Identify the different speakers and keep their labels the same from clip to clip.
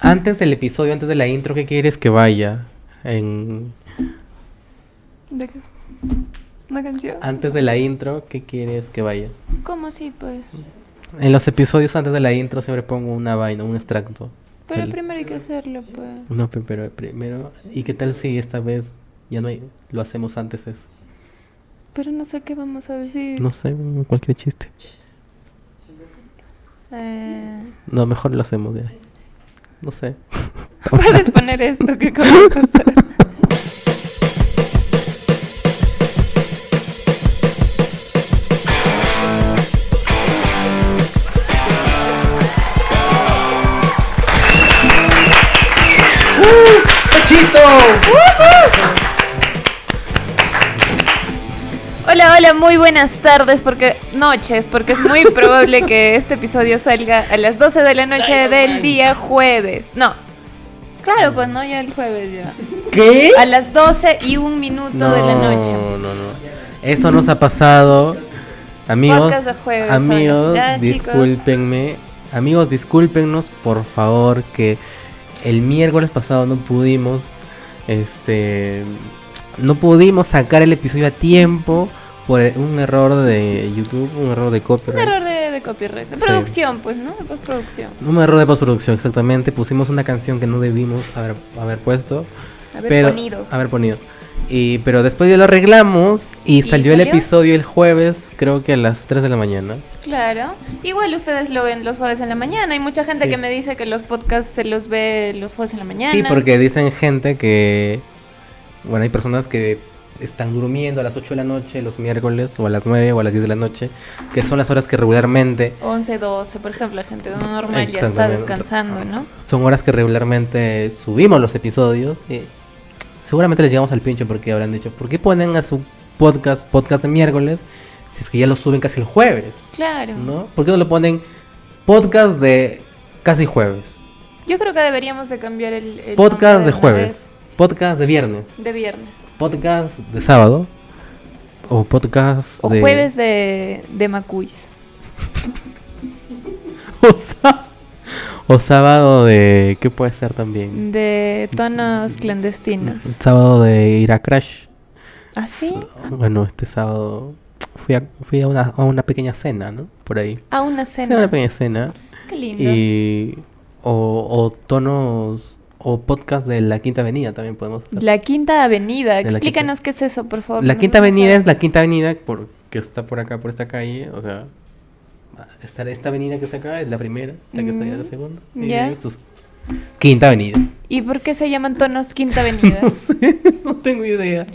Speaker 1: antes del episodio, antes de la intro, ¿qué quieres que vaya? En...
Speaker 2: ¿De qué? ¿Una canción?
Speaker 1: Antes de la intro, ¿qué quieres que vaya?
Speaker 2: ¿Cómo sí, pues?
Speaker 1: En los episodios antes de la intro siempre pongo una vaina, un extracto.
Speaker 2: Pero
Speaker 1: del-
Speaker 2: primero hay que hacerlo, pues.
Speaker 1: No, pe- pero primero... ¿Y qué tal si esta vez ya no hay... lo hacemos antes eso?
Speaker 2: Pero no sé qué vamos a decir.
Speaker 1: No sé, cualquier chiste.
Speaker 2: Eh,
Speaker 1: No, mejor lo hacemos ya. No sé.
Speaker 2: Puedes poner esto que acaba de pasar.
Speaker 1: ¡Pechito!
Speaker 2: Hola, hola, muy buenas tardes, porque noches, porque es muy probable que este episodio salga a las 12 de la noche del día jueves. No. Claro, pues no, ya el jueves ya.
Speaker 1: ¿Qué?
Speaker 2: A las 12 y un minuto de la noche.
Speaker 1: No, no, no. Eso nos ha pasado. Amigos,
Speaker 2: Podcast de jueves,
Speaker 1: amigos,
Speaker 2: amigos. Ya, chicos.
Speaker 1: discúlpenme. Amigos, discúlpennos, por favor, que el miércoles pasado no pudimos este no pudimos sacar el episodio a tiempo por un error de YouTube, un error de
Speaker 2: Un
Speaker 1: copyright.
Speaker 2: error de, de copyright. De
Speaker 1: Sí.
Speaker 2: producción, pues, ¿no? De postproducción.
Speaker 1: Un error de postproducción, exactamente. Pusimos una canción que no debimos haber, haber puesto.
Speaker 2: Haber
Speaker 1: pero,
Speaker 2: ponido.
Speaker 1: Haber ponido. Y, pero después ya lo arreglamos y,
Speaker 2: ¿Y
Speaker 1: salió, el
Speaker 2: salió?
Speaker 1: episodio el jueves, creo que a las 3 de la mañana.
Speaker 2: Claro. Igual ustedes lo ven los jueves en la mañana. Hay mucha gente
Speaker 1: Sí.
Speaker 2: que me dice que los podcasts se los ve los jueves en la mañana.
Speaker 1: Sí, porque dicen gente que... Bueno, hay personas que están durmiendo a las 8 de la noche los miércoles o a las 9 o a las 10 de la noche, que son las horas que regularmente...
Speaker 2: 11, 12, por ejemplo, la gente normal ya está
Speaker 1: Exactamente.
Speaker 2: descansando, ¿no?
Speaker 1: Son horas que regularmente subimos los episodios. y seguramente les llegamos al pincho porque habrán dicho, ¿por qué ponen a su podcast podcast de miércoles si es que ya lo suben casi el jueves?
Speaker 2: Claro.
Speaker 1: ¿No? ¿Por qué no lo ponen podcast de casi jueves?
Speaker 2: Yo creo que deberíamos de cambiar el, el
Speaker 1: Podcast
Speaker 2: nombre
Speaker 1: de
Speaker 2: una
Speaker 1: jueves. Podcast de viernes.
Speaker 2: vez De viernes.
Speaker 1: Podcast de sábado. O podcast
Speaker 2: O
Speaker 1: de...
Speaker 2: jueves de, de Macuis.
Speaker 1: O, sá- o sábado de... ¿Qué puede ser también?
Speaker 2: De tonos clandestinos.
Speaker 1: Sábado de ir a Crash.
Speaker 2: ¿Así?
Speaker 1: Bueno, este sábado fui a, fui a, una, a una pequeña cena, ¿no? Por ahí.
Speaker 2: A una
Speaker 1: Sí,
Speaker 2: cena.
Speaker 1: una pequeña cena.
Speaker 2: Qué lindo.
Speaker 1: Y... O, o tonos... O podcast de la Quinta Avenida también podemos hacer.
Speaker 2: La Quinta Avenida.
Speaker 1: De la Quinta-
Speaker 2: Explícanos qué es eso, por favor.
Speaker 1: La
Speaker 2: no-
Speaker 1: quinta
Speaker 2: no
Speaker 1: avenida
Speaker 2: sé.
Speaker 1: es la quinta avenida por, que está por acá, por esta calle. O sea, esta, esta avenida que está acá es la primera, la que está allá es la
Speaker 2: Mm,
Speaker 1: segunda. Y
Speaker 2: ya.
Speaker 1: ahí sus- Quinta avenida.
Speaker 2: ¿Y por qué se llaman tonos Quinta Avenida?
Speaker 1: no tengo idea.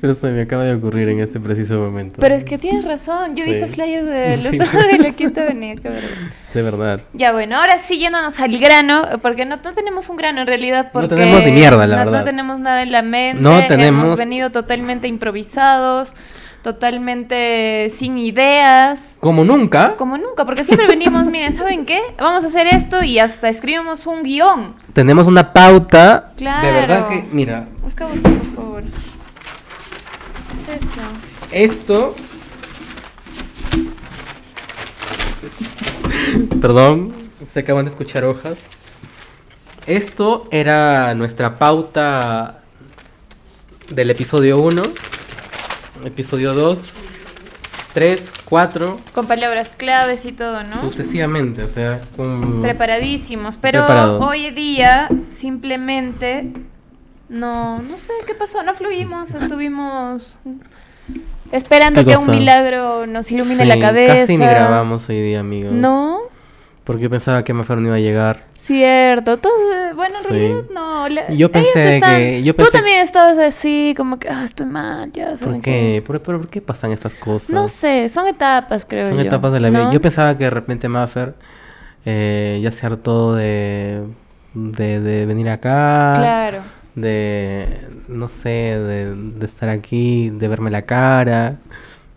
Speaker 1: Pero se me acaba de ocurrir en este preciso momento.
Speaker 2: Pero es que tienes razón. Yo he visto
Speaker 1: Sí.
Speaker 2: flyers de los
Speaker 1: Sí,
Speaker 2: tonos de
Speaker 1: pues.
Speaker 2: la Quinta Avenida. qué vergüenza.
Speaker 1: De verdad.
Speaker 2: Ya bueno, ahora sí yéndonos al grano, porque no, no tenemos un grano en realidad.
Speaker 1: No
Speaker 2: Porque
Speaker 1: tenemos ni mierda, la
Speaker 2: no-
Speaker 1: verdad.
Speaker 2: No tenemos nada en la mente.
Speaker 1: No tenemos-
Speaker 2: Hemos venido totalmente improvisados, totalmente sin ideas.
Speaker 1: Como nunca,
Speaker 2: Como nunca, porque siempre venimos, miren, ¿saben qué? Vamos a hacer esto y hasta escribimos un guión.
Speaker 1: tenemos una pauta.
Speaker 2: Claro.
Speaker 1: De verdad que, mira,
Speaker 2: Busca, busca, por favor. ¿Qué es eso?
Speaker 1: esto. Perdón, se acaban de escuchar hojas. Esto era nuestra pauta del episodio 1, episodio 2, 3, 4,
Speaker 2: Con palabras claves y todo, ¿no?
Speaker 1: sucesivamente, o sea, con...
Speaker 2: Preparadísimos, pero
Speaker 1: Preparados.
Speaker 2: hoy día simplemente no, no sé qué pasó, no fluimos, estuvimos esperando
Speaker 1: ¿Qué
Speaker 2: que un
Speaker 1: cosa?
Speaker 2: milagro nos ilumine
Speaker 1: Sí,
Speaker 2: la cabeza.
Speaker 1: Casi ni grabamos hoy día, amigos.
Speaker 2: No,
Speaker 1: Porque pensaba que Maffer no iba a llegar.
Speaker 2: cierto. Entonces, bueno, en
Speaker 1: Sí.
Speaker 2: realidad no. la-
Speaker 1: Yo pensé
Speaker 2: ellos están-
Speaker 1: que- yo
Speaker 2: Tú
Speaker 1: pensé-
Speaker 2: también estabas así, como que ah, estoy mal, ya. se
Speaker 1: ¿Por
Speaker 2: me
Speaker 1: qué? ¿Por, por, por qué pasan estas cosas?
Speaker 2: fue". No sé, son etapas, creo
Speaker 1: Son
Speaker 2: yo,
Speaker 1: etapas de la vida.
Speaker 2: ¿no?
Speaker 1: Yo pensaba que de repente Maffer eh, ya se hartó de, de, de venir acá,
Speaker 2: Claro.
Speaker 1: de, no sé, de, de estar aquí, de verme la cara.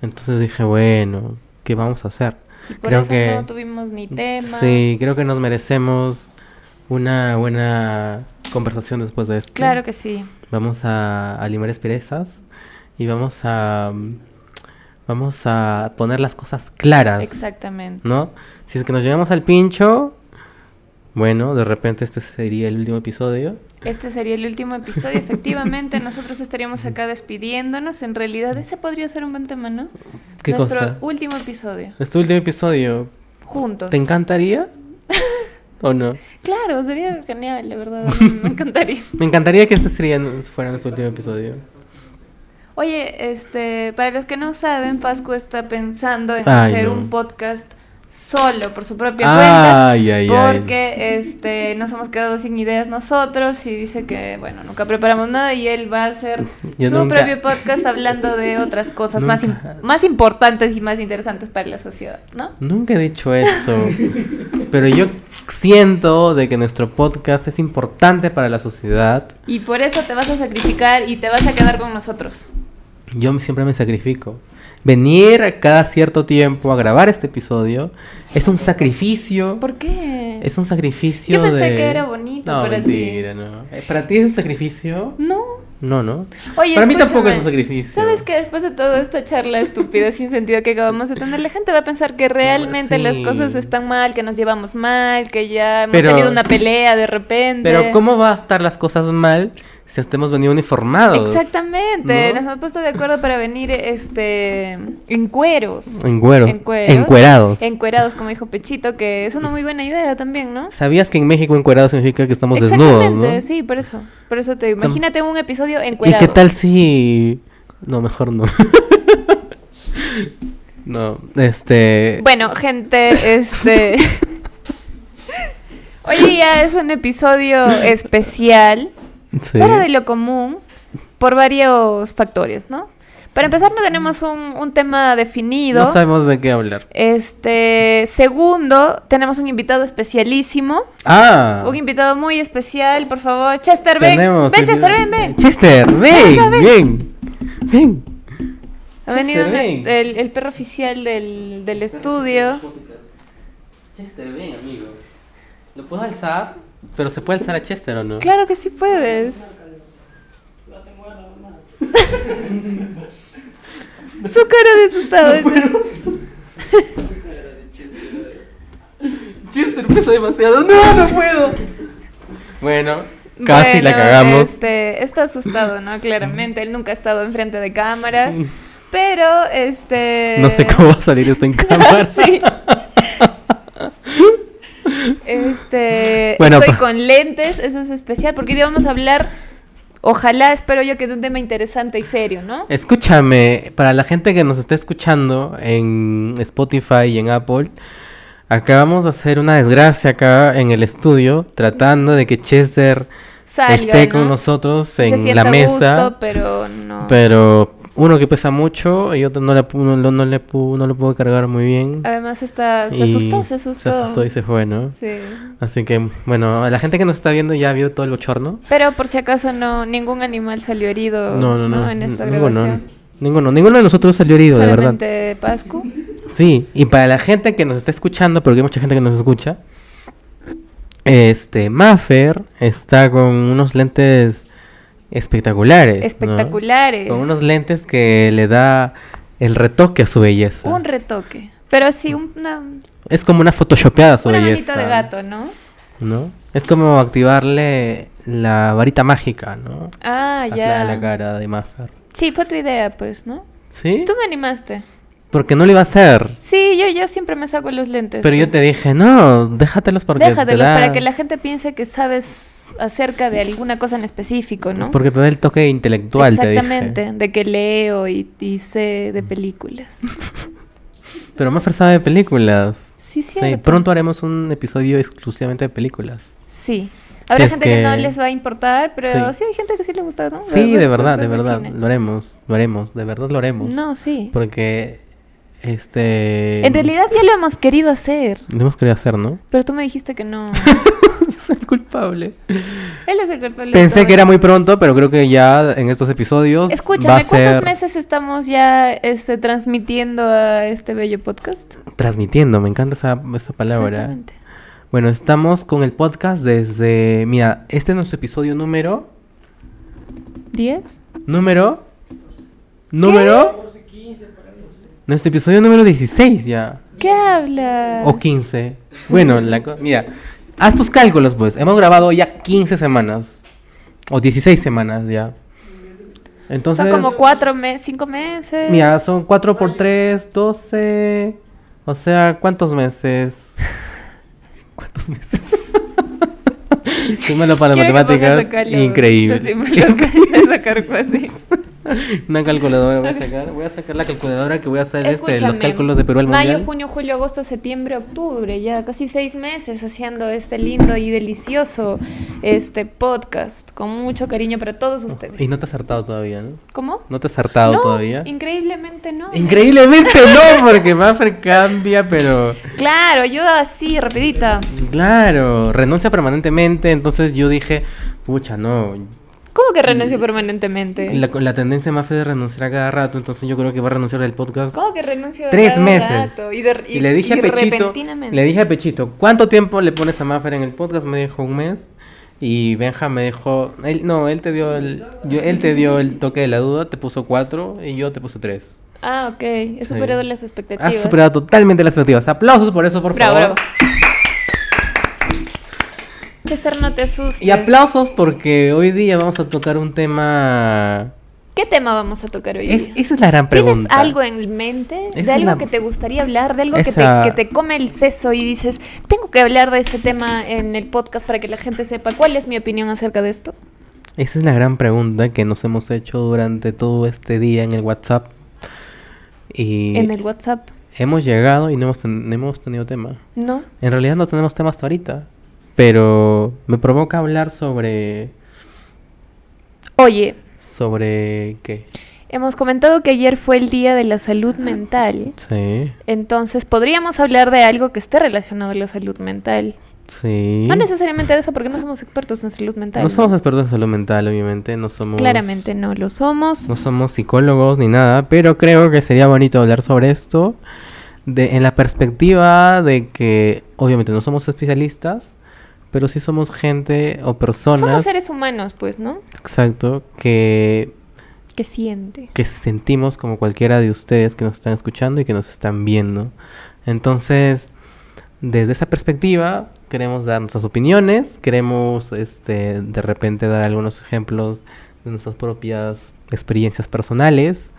Speaker 1: Entonces dije, bueno, ¿qué vamos a hacer?
Speaker 2: Y por
Speaker 1: Creo
Speaker 2: eso
Speaker 1: que-
Speaker 2: no tuvimos ni tema.
Speaker 1: Sí, creo que nos merecemos una buena conversación después de esto.
Speaker 2: Claro que sí.
Speaker 1: Vamos a, a limar asperezas y vamos a... Vamos a poner las cosas claras.
Speaker 2: Exactamente.
Speaker 1: ¿no? Si es que nos llegamos al pincho, Bueno, de repente este sería el último episodio.
Speaker 2: Este sería el último episodio, efectivamente. Nosotros estaríamos acá despidiéndonos. En realidad, ese podría ser un buen tema, ¿no?
Speaker 1: ¿Qué
Speaker 2: Nuestro
Speaker 1: cosa?
Speaker 2: último episodio.
Speaker 1: Este último episodio,
Speaker 2: Juntos.
Speaker 1: ¿te encantaría? ¿O no?
Speaker 2: Claro, sería genial, la verdad. Me encantaría.
Speaker 1: Me encantaría que este sería, fuera nuestro último episodio.
Speaker 2: Oye, este, para los que no saben, Pascu está pensando en
Speaker 1: Ay,
Speaker 2: hacer
Speaker 1: no. Ah,
Speaker 2: un podcast solo por su propia cuenta.
Speaker 1: Ay, ay, ay.
Speaker 2: porque este nos hemos quedado sin ideas nosotros y dice que bueno nunca preparamos nada y él va a hacer
Speaker 1: Yo
Speaker 2: su
Speaker 1: nunca-
Speaker 2: propio podcast hablando de otras cosas más im-
Speaker 1: Nunca.
Speaker 2: más importantes y más interesantes para la sociedad, ¿no?
Speaker 1: Nunca he dicho eso. Pero yo siento de que nuestro podcast es importante para la sociedad.
Speaker 2: Y por eso te vas a sacrificar y te vas a quedar con nosotros.
Speaker 1: Yo me- siempre me sacrifico. Venir cada cierto tiempo a grabar este episodio es un sacrificio.
Speaker 2: ¿Por qué?
Speaker 1: Es un sacrificio.
Speaker 2: Yo pensé
Speaker 1: de-
Speaker 2: que era bonito
Speaker 1: no,
Speaker 2: para ti.
Speaker 1: mentira, No, Eh, ¿Para ti es un sacrificio?
Speaker 2: No.
Speaker 1: No, no.
Speaker 2: Oye,
Speaker 1: para mí tampoco es
Speaker 2: escúchame,
Speaker 1: un sacrificio.
Speaker 2: ¿Sabes que después de toda esta charla estúpida sin sentido que acabamos de tener, la gente va a pensar que realmente
Speaker 1: sí.
Speaker 2: las cosas están mal, que nos llevamos mal, que ya hemos
Speaker 1: Pero-
Speaker 2: tenido una pelea de repente?
Speaker 1: Pero ¿cómo va a estar las cosas mal si hasta hemos venido uniformados?
Speaker 2: Exactamente,
Speaker 1: ¿No?
Speaker 2: nos hemos puesto de acuerdo para venir este en cueros.
Speaker 1: En cueros.
Speaker 2: En cueros.
Speaker 1: Encuerados.
Speaker 2: Encuerados, como dijo Pechito, que es una muy buena idea también, ¿no?
Speaker 1: ¿Sabías que en México encuerados significa que estamos desnudos, ¿no?
Speaker 2: sí, por eso. Por eso te imagínate un episodio
Speaker 1: ¿Y
Speaker 2: encuerado.
Speaker 1: qué tal si...? No, mejor no. no, este...
Speaker 2: Bueno, gente, este. Hoy día es un episodio especial,
Speaker 1: sí.
Speaker 2: fuera de lo común, por varios factores, ¿no? Para empezar, no tenemos un, un tema definido.
Speaker 1: No sabemos de qué hablar.
Speaker 2: Este, segundo, tenemos un invitado especialísimo.
Speaker 1: Ah.
Speaker 2: Un invitado muy especial, por favor. Chester, ven.
Speaker 1: tenemos
Speaker 2: Ven,
Speaker 1: el-
Speaker 2: Chester, ven, ven.
Speaker 1: Chester,
Speaker 2: Venga,
Speaker 1: ven,
Speaker 2: ven.
Speaker 1: ven. Ven.
Speaker 2: Ha venido
Speaker 1: Chester,
Speaker 2: nues-
Speaker 1: ven.
Speaker 2: el, el perro oficial del, del estudio.
Speaker 1: Chester, ven, amigo. ¿Lo puedo alzar? Pero se puede alzar a Chester o no?
Speaker 2: Claro que sí puedes. Su cara de asustado.
Speaker 1: Chester pesa demasiado. No, no puedo. Bueno, casi la
Speaker 2: Bueno,
Speaker 1: cagamos.
Speaker 2: Este, está asustado, ¿no? Claramente, él nunca ha estado enfrente de cámaras. Pero, este...
Speaker 1: Mm. No sé cómo va a salir esto en cámara.
Speaker 2: sí. Este,
Speaker 1: Bueno,
Speaker 2: estoy
Speaker 1: pa-
Speaker 2: con lentes, eso es especial, porque hoy día vamos a hablar, ojalá, espero yo, que de un tema interesante y serio, ¿no?
Speaker 1: Escúchame, para la gente que nos está escuchando en Spotify y en Apple, acabamos de hacer una desgracia acá en el estudio, tratando de que Chester
Speaker 2: Salga,
Speaker 1: esté con
Speaker 2: ¿no?
Speaker 1: nosotros
Speaker 2: Se
Speaker 1: en
Speaker 2: sienta
Speaker 1: la
Speaker 2: a
Speaker 1: mesa.
Speaker 2: gusto, pero no.
Speaker 1: Pero uno que pesa mucho y otro no, la pu- no, no le pu- no lo puedo cargar muy bien.
Speaker 2: Además está, se
Speaker 1: Y
Speaker 2: asustó, se asustó.
Speaker 1: Se asustó y se fue, ¿no?
Speaker 2: Sí.
Speaker 1: Así que, bueno, a la gente que nos está viendo ya vio todo el bochorno.
Speaker 2: Pero por si acaso no, ningún animal salió herido
Speaker 1: No, no, no.
Speaker 2: En esta
Speaker 1: n- ninguno,
Speaker 2: grabación.
Speaker 1: ninguno, ninguno de nosotros salió herido, de verdad.
Speaker 2: Solamente Pascu.
Speaker 1: Sí, y para la gente que nos está escuchando, porque hay mucha gente que nos escucha, este, Maffer está con unos lentes espectaculares. ¿no?
Speaker 2: Espectaculares.
Speaker 1: Con unos lentes que le da el retoque a su belleza.
Speaker 2: Un retoque. Pero sí, un- una,
Speaker 1: Es como una photoshopeada su
Speaker 2: una
Speaker 1: belleza.
Speaker 2: manita de gato, ¿no?
Speaker 1: ¿no? Es como activarle la varita mágica, ¿no?
Speaker 2: Ah,
Speaker 1: Hazla
Speaker 2: ya.
Speaker 1: a la cara de Maffer.
Speaker 2: Sí, fue tu idea, pues, ¿no?
Speaker 1: ¿Sí?
Speaker 2: Tú me animaste.
Speaker 1: Porque no lo iba a hacer.
Speaker 2: Sí, yo, yo siempre me saco los lentes.
Speaker 1: Pero yo te dije, no, déjatelos porque te
Speaker 2: Déjatelos
Speaker 1: da...
Speaker 2: para que la gente piense que sabes acerca de alguna cosa en específico, ¿no?
Speaker 1: Porque te da el toque intelectual,
Speaker 2: Exactamente,
Speaker 1: te dije. Mm.
Speaker 2: de que leo y, y sé de películas.
Speaker 1: Pero Maffer sabe de películas.
Speaker 2: Sí,
Speaker 1: Sí,
Speaker 2: cierto.
Speaker 1: pronto haremos un episodio exclusivamente de películas.
Speaker 2: Sí. Habrá
Speaker 1: es
Speaker 2: gente que... no
Speaker 1: que-
Speaker 2: les va a importar, pero sí.
Speaker 1: Sí.
Speaker 2: hay gente que sí le gusta, ¿no?
Speaker 1: Sí,
Speaker 2: Ver-
Speaker 1: de
Speaker 2: ver-
Speaker 1: verdad, de
Speaker 2: ver
Speaker 1: verdad.
Speaker 2: cine.
Speaker 1: Lo haremos, lo haremos, de verdad lo haremos.
Speaker 2: No, sí.
Speaker 1: Porque, este...
Speaker 2: En realidad ya lo hemos querido hacer,
Speaker 1: Lo hemos querido hacer, ¿no?
Speaker 2: pero tú me dijiste que no.
Speaker 1: Yo soy el culpable.
Speaker 2: Él es el culpable. de
Speaker 1: Pensé
Speaker 2: todo.
Speaker 1: que era muy pronto, pero creo que ya en estos episodios
Speaker 2: Escúchame,
Speaker 1: va a
Speaker 2: ¿cuántos
Speaker 1: ser
Speaker 2: meses estamos ya este, transmitiendo a este bello podcast?
Speaker 1: transmitiendo. Me encanta esa, esa palabra.
Speaker 2: Exactamente.
Speaker 1: Bueno, estamos con el podcast desde. Mira, este es nuestro episodio número.
Speaker 2: ¿Diez?
Speaker 1: Número. Número. Nuestro episodio número 16 ya.
Speaker 2: ¿Qué hablas?
Speaker 1: O 15. Bueno, la co- mira, Haz tus cálculos, pues. Hemos grabado ya 15 semanas. O 16 semanas ya. Entonces.
Speaker 2: Son como cuatro meses, cinco meses.
Speaker 1: Mira, son 4 por 3, 12. O sea, ¿cuántos meses? ¿Cuántos meses? Súmalo para las
Speaker 2: Quiero que pongas
Speaker 1: matemáticas.
Speaker 2: acá los-
Speaker 1: Increíble.
Speaker 2: los simuladores, sacar fácil.
Speaker 1: Una calculadora voy a sacar. Voy a sacar la calculadora que voy a hacer este, los
Speaker 2: Escúchame,
Speaker 1: cálculos de Perú al
Speaker 2: Mayo,
Speaker 1: mundial.
Speaker 2: junio, julio, agosto, septiembre, octubre, ya casi seis meses haciendo este lindo y delicioso este podcast con mucho cariño para todos ustedes.
Speaker 1: Oh, Y no te has hartado todavía, ¿no?
Speaker 2: ¿Cómo?
Speaker 1: No te has hartado
Speaker 2: no,
Speaker 1: todavía.
Speaker 2: increíblemente no.
Speaker 1: Increíblemente no, porque Maffer cambia, pero
Speaker 2: claro, yo así, rapidita.
Speaker 1: claro, renuncia permanentemente. Entonces yo dije, pucha, no.
Speaker 2: ¿Cómo que renuncio permanentemente?
Speaker 1: La, la tendencia de Maffer es renunciar a cada rato, entonces yo creo que va a renunciar del podcast.
Speaker 2: ¿Cómo que renuncio a
Speaker 1: Tres
Speaker 2: cada
Speaker 1: meses.
Speaker 2: rato? Y, de-
Speaker 1: Y le dije
Speaker 2: y
Speaker 1: a Pechito,
Speaker 2: repentinamente.
Speaker 1: le dije a Pechito, ¿cuánto tiempo le pones a Maffer en el podcast? Me dijo un mes. Y Benja me dijo, él, no, él te dio el, yo- él te dio el toque de la duda, te puso cuatro y yo te puse tres.
Speaker 2: Ah, ok. He
Speaker 1: Sí.
Speaker 2: superado las expectativas.
Speaker 1: Has superado totalmente las expectativas. Aplausos por eso, por
Speaker 2: Bravo,
Speaker 1: favor.
Speaker 2: bravo. Chester, no te asustes.
Speaker 1: Y aplausos porque hoy día vamos a tocar un tema.
Speaker 2: ¿Qué tema vamos a tocar hoy?
Speaker 1: Es-
Speaker 2: día?
Speaker 1: esa es la gran
Speaker 2: ¿Tienes
Speaker 1: pregunta.
Speaker 2: algo en mente?
Speaker 1: Es
Speaker 2: ¿De algo
Speaker 1: una-
Speaker 2: que te gustaría hablar? ¿De algo que,
Speaker 1: Esa-
Speaker 2: te, que te come el seso y dices, tengo que hablar de este tema en el podcast para que la gente sepa cuál es mi opinión acerca de esto?
Speaker 1: Esa es la gran pregunta que nos hemos hecho durante todo este día en el WhatsApp. Y
Speaker 2: En el WhatsApp.
Speaker 1: hemos llegado y no hemos, ten- no hemos tenido tema.
Speaker 2: ¿No?
Speaker 1: En realidad no tenemos tema hasta ahorita. Pero me provoca hablar sobre.
Speaker 2: Oye,
Speaker 1: ¿Sobre qué?
Speaker 2: hemos comentado que ayer fue el Día de la Salud Mental.
Speaker 1: Sí.
Speaker 2: Entonces, podríamos hablar de algo que esté relacionado a la salud mental.
Speaker 1: Sí.
Speaker 2: No necesariamente de eso, porque no somos expertos en salud mental.
Speaker 1: No somos expertos en salud mental, obviamente. No somos.
Speaker 2: Claramente no lo somos.
Speaker 1: No somos psicólogos ni nada, pero creo que sería bonito hablar sobre esto de, en la perspectiva de que obviamente no somos especialistas, pero sí somos gente o personas.
Speaker 2: Somos seres humanos, pues, ¿no?
Speaker 1: Exacto, que,
Speaker 2: Que siente.
Speaker 1: que sentimos como cualquiera de ustedes que nos están escuchando y que nos están viendo. Entonces, desde esa perspectiva, queremos dar nuestras opiniones, queremos este, de repente dar algunos ejemplos de nuestras propias experiencias personales.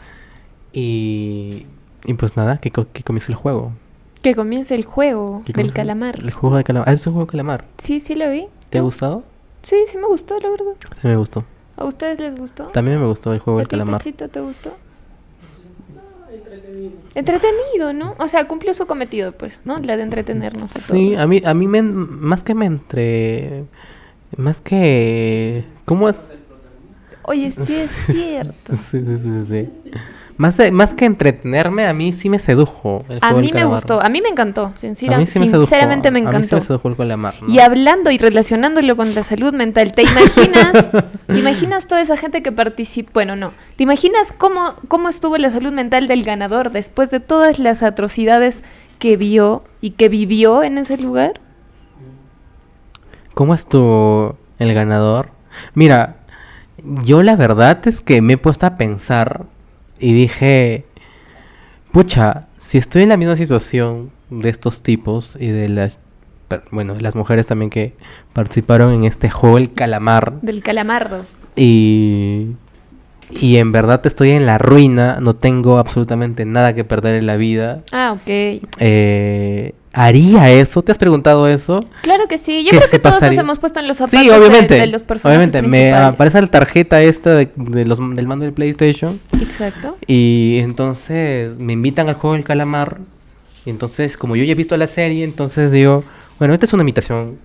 Speaker 1: Y, y pues nada, que, co- que comience el juego.
Speaker 2: Que comience el juego
Speaker 1: Que
Speaker 2: del
Speaker 1: comience
Speaker 2: calamar.
Speaker 1: El juego de calamar. Ah, es un juego de calamar.
Speaker 2: Sí, sí lo vi.
Speaker 1: ¿Te ha gustado?
Speaker 2: Sí, sí me gustó, la verdad.
Speaker 1: Sí, me gustó.
Speaker 2: ¿A ustedes les gustó?
Speaker 1: También me gustó el juego
Speaker 2: ¿A
Speaker 1: del
Speaker 2: ti,
Speaker 1: calamar.
Speaker 2: Pachito, te gustó? Entretenido, ¿no? O sea, cumplió su cometido, pues, ¿no? La de entretenernos. A
Speaker 1: Sí,
Speaker 2: todos.
Speaker 1: a mí, a mí me, más que me entre... Más que... ¿Cómo es?
Speaker 2: Oye, sí es cierto.
Speaker 1: Sí, sí, sí, sí, sí. Más, de- más que entretenerme, a mí sí me sedujo. el
Speaker 2: A
Speaker 1: juego del
Speaker 2: mí me
Speaker 1: calamar.
Speaker 2: gustó, a mí me encantó, sincera-
Speaker 1: A mí sí me sedujo,
Speaker 2: sinceramente me
Speaker 1: A mí sí
Speaker 2: encantó.
Speaker 1: me sedujo el calamar. ¿no?
Speaker 2: Y hablando y relacionándolo con la salud mental, ¿te imaginas? ¿Te imaginas toda esa gente que participó? Bueno, no. ¿Te imaginas cómo, cómo estuvo la salud mental del ganador después de todas las atrocidades que vio y que vivió en ese lugar?
Speaker 1: ¿Cómo estuvo el ganador? Mira, yo la verdad es que me he puesto a pensar y dije, pucha, si estoy en la misma situación de estos tipos y de las, per- bueno, de las mujeres también que participaron en este juego el calamar
Speaker 2: Del calamardo.
Speaker 1: y y en verdad estoy en la ruina, no tengo absolutamente nada que perder en la vida.
Speaker 2: Ah, ok.
Speaker 1: eh, ¿Haría eso? ¿Te has preguntado eso?
Speaker 2: Claro que sí. Yo
Speaker 1: ¿Qué
Speaker 2: creo que
Speaker 1: se
Speaker 2: todos nos
Speaker 1: pasaría?
Speaker 2: hemos puesto en los zapatos
Speaker 1: Sí,
Speaker 2: de-
Speaker 1: obviamente.
Speaker 2: de, los personajes
Speaker 1: obviamente, me
Speaker 2: principales.
Speaker 1: aparece la tarjeta esta de, de los, del mando del PlayStation.
Speaker 2: Exacto.
Speaker 1: Y entonces me invitan al juego del calamar. Y entonces, como yo ya he visto la serie, entonces digo, bueno, esta es una invitación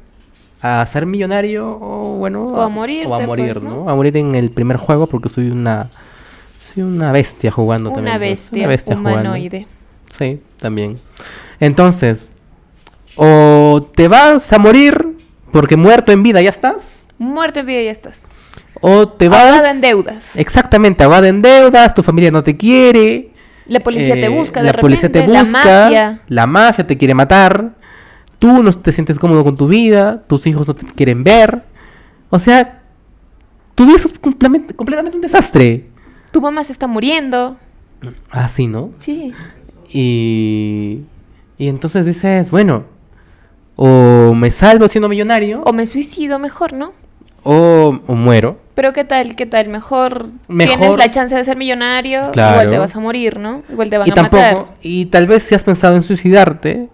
Speaker 1: a ser millonario o bueno.
Speaker 2: O a morirte,
Speaker 1: O a
Speaker 2: pues,
Speaker 1: morir,
Speaker 2: ¿no?
Speaker 1: ¿no? A morir en el primer juego porque soy una. Soy una bestia jugando también.
Speaker 2: Una
Speaker 1: pues,
Speaker 2: bestia,
Speaker 1: jugando.
Speaker 2: humanoide.
Speaker 1: Sí, también. Entonces, o te vas a morir porque muerto en vida ya estás,
Speaker 2: Muerto en vida ya estás.
Speaker 1: o te
Speaker 2: Ahogada
Speaker 1: vas... eh,
Speaker 2: en deudas.
Speaker 1: Exactamente, ahogada en deudas, tu familia no te quiere.
Speaker 2: La policía te
Speaker 1: eh,
Speaker 2: busca
Speaker 1: la
Speaker 2: de
Speaker 1: policía te
Speaker 2: repente.
Speaker 1: busca,
Speaker 2: La mafia.
Speaker 1: la mafia te quiere matar, tú no te sientes cómodo con tu vida, tus hijos no te quieren ver. O sea, tu vida es completamente, completamente un desastre.
Speaker 2: Tu mamá se está muriendo.
Speaker 1: Así, ¿no?
Speaker 2: Sí.
Speaker 1: Y, y entonces dices, bueno, O me salvo siendo millonario.
Speaker 2: O me suicido mejor, ¿no?
Speaker 1: O, o muero.
Speaker 2: Pero qué tal, qué tal, mejor,
Speaker 1: Mejor-
Speaker 2: tienes la chance de ser millonario,
Speaker 1: Claro.
Speaker 2: igual te vas a morir, ¿no? Igual te van
Speaker 1: Y
Speaker 2: a
Speaker 1: tampoco.
Speaker 2: matar.
Speaker 1: Y tal vez si has pensado en suicidarte.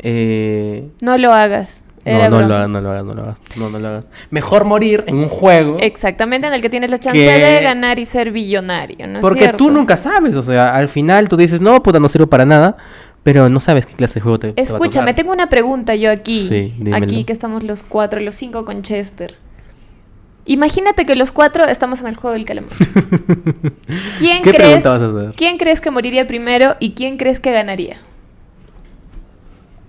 Speaker 1: eh,
Speaker 2: No lo hagas.
Speaker 1: no,
Speaker 2: Era
Speaker 1: no lo
Speaker 2: broma.
Speaker 1: hagas, no lo hagas, no lo hagas. No, no lo hagas. Mejor morir en un juego.
Speaker 2: Exactamente, en el que tienes la chance
Speaker 1: Que-
Speaker 2: de ganar y ser billonario, ¿no? es
Speaker 1: porque
Speaker 2: cierto?
Speaker 1: tú nunca sabes. O sea, al final tú dices, no, puta, no sirvo para nada. Pero no sabes qué clase de juego te, te va a
Speaker 2: Escúchame,
Speaker 1: tocar.
Speaker 2: tengo una pregunta yo aquí.
Speaker 1: Sí, dímelo.
Speaker 2: Aquí que estamos los cuatro, los cinco con Chester. Imagínate que los cuatro estamos en el juego del calamar. ¿Quién
Speaker 1: ¿Qué
Speaker 2: crees?
Speaker 1: pregunta vas a hacer?
Speaker 2: ¿Quién crees que moriría primero y quién crees que ganaría?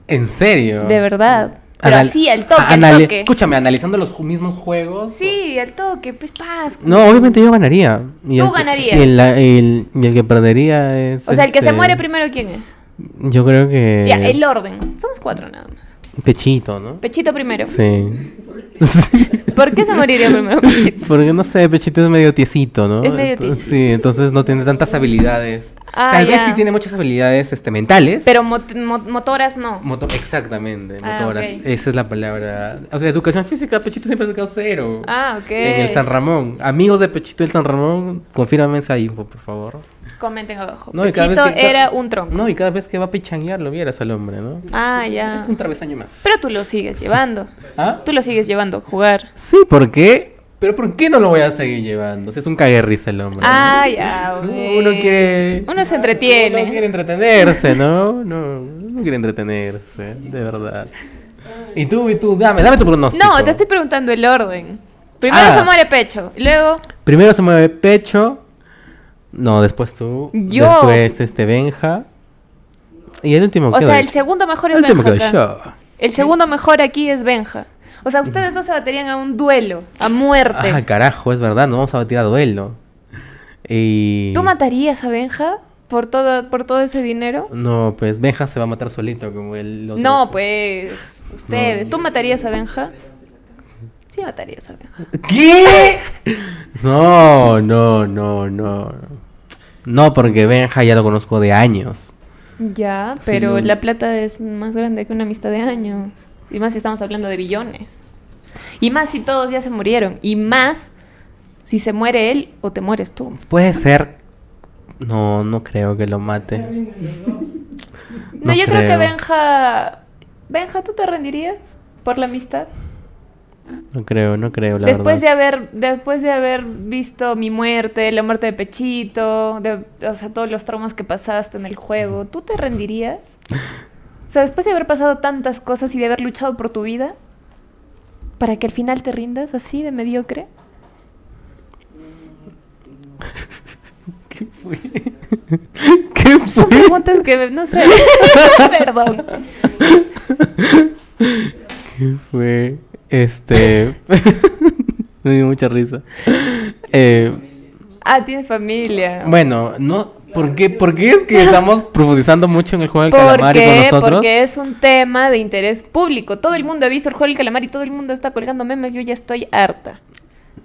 Speaker 1: ¿En serio?
Speaker 2: De verdad. Pero
Speaker 1: Anal-
Speaker 2: así, al toque, al
Speaker 1: anali-
Speaker 2: toque.
Speaker 1: Escúchame, analizando los ju- mismos juegos.
Speaker 2: Sí, al toque, pues paz.
Speaker 1: No, obviamente yo ganaría. Y
Speaker 2: Tú
Speaker 1: el que-
Speaker 2: ganarías.
Speaker 1: Y el, el- y el que perdería es.
Speaker 2: O sea, el que se
Speaker 1: este, Eh.
Speaker 2: muere primero, ¿quién es?
Speaker 1: Yo creo que.
Speaker 2: Ya, el orden. Somos cuatro nada más.
Speaker 1: Pechito, ¿no?
Speaker 2: Pechito primero.
Speaker 1: Sí.
Speaker 2: ¿Por qué se moriría primero Pechito?
Speaker 1: Porque no sé, Pechito es medio tiesito, ¿no?
Speaker 2: Es medio
Speaker 1: Entonces-
Speaker 2: tiesito.
Speaker 1: Sí, entonces no tiene tantas habilidades.
Speaker 2: Ah,
Speaker 1: Tal vez
Speaker 2: ya.
Speaker 1: sí tiene muchas habilidades este, mentales.
Speaker 2: Pero mot- mo- motoras no.
Speaker 1: Moto- exactamente,
Speaker 2: Ah,
Speaker 1: motoras.
Speaker 2: ok.
Speaker 1: Esa es la palabra. O sea, educación física, Pechito siempre ha sacado cero.
Speaker 2: Ah, ok.
Speaker 1: En el San Ramón. Amigos de Pechito del San Ramón, confírmame esa info, por favor.
Speaker 2: Comenten abajo.
Speaker 1: No, y cada vez
Speaker 2: Pechito
Speaker 1: que-
Speaker 2: era un tronco.
Speaker 1: No, y cada vez que va a pechanguear lo vieras al hombre, ¿no?
Speaker 2: Ah, ya.
Speaker 1: Es un travesaño más.
Speaker 2: Pero tú lo sigues llevando.
Speaker 1: ¿Ah?
Speaker 2: Tú lo sigues llevando a jugar.
Speaker 1: Sí, ¿por qué? Pero ¿por qué no lo voy a seguir llevando? Si es un caguerriza el hombre.
Speaker 2: Ah, ya. güey.
Speaker 1: Uno quiere...
Speaker 2: Uno se
Speaker 1: Uno quiere
Speaker 2: entretiene.
Speaker 1: entretenerse, ¿no? No, uno quiere entretenerse, de verdad. Y tú, y tú, dame, dame tu pronóstico.
Speaker 2: No, te estoy preguntando el orden. Primero
Speaker 1: Ah.
Speaker 2: se muere pecho, y luego
Speaker 1: Primero se mueve pecho. No, después tú.
Speaker 2: Yo.
Speaker 1: Después este Benja. Y el último
Speaker 2: O
Speaker 1: quedó
Speaker 2: sea,
Speaker 1: yo.
Speaker 2: el segundo mejor es
Speaker 1: El último
Speaker 2: Benja.
Speaker 1: quedó
Speaker 2: acá.
Speaker 1: yo.
Speaker 2: El segundo mejor aquí es Benja. O sea, ustedes dos se baterían a un duelo, a muerte.
Speaker 1: Ah, carajo, es verdad, no vamos a batir a duelo. Y...
Speaker 2: ¿Tú matarías a Benja por todo, por todo ese dinero?
Speaker 1: No, pues Benja se va a matar solito como el otro.
Speaker 2: No, pues, ustedes.
Speaker 1: No.
Speaker 2: ¿Tú matarías a Benja? Sí, matarías a Benja.
Speaker 1: ¿Qué? No, no, no, no. No, porque Benja ya lo conozco de años.
Speaker 2: Ya,
Speaker 1: Sí,
Speaker 2: pero
Speaker 1: no.
Speaker 2: la plata es más grande que una amistad de años. Y más si estamos hablando de billones. Y más si todos ya se murieron. Y más si se muere él o te mueres tú.
Speaker 1: Puede ser... No, no creo que lo mate.
Speaker 2: No,
Speaker 1: No
Speaker 2: yo creo. que
Speaker 1: creo.
Speaker 2: Benja. Benja, ¿tú te rendirías por la amistad?
Speaker 1: No creo, no creo, la
Speaker 2: después de
Speaker 1: verdad.
Speaker 2: haber después de haber visto mi muerte, la muerte de Pechito, de, o sea, todos los traumas que pasaste en el juego, ¿tú te rendirías? O sea, después de haber pasado tantas cosas y de haber luchado por tu vida, para que al final te rindas así de mediocre.
Speaker 1: ¿Qué fue? ¿Qué
Speaker 2: Son
Speaker 1: fue?
Speaker 2: preguntas que no sé. Perdón.
Speaker 1: ¿Qué fue? Este... Me dio mucha risa. Eh...
Speaker 2: Ah, tienes familia.
Speaker 1: Bueno, no, ¿por qué, por qué es que estamos profundizando mucho en el juego del calamar y con
Speaker 2: Porque,
Speaker 1: nosotros?
Speaker 2: porque es un tema de interés público. Todo el mundo ha visto el juego del calamar y todo el mundo está colgando memes. Yo ya estoy harta.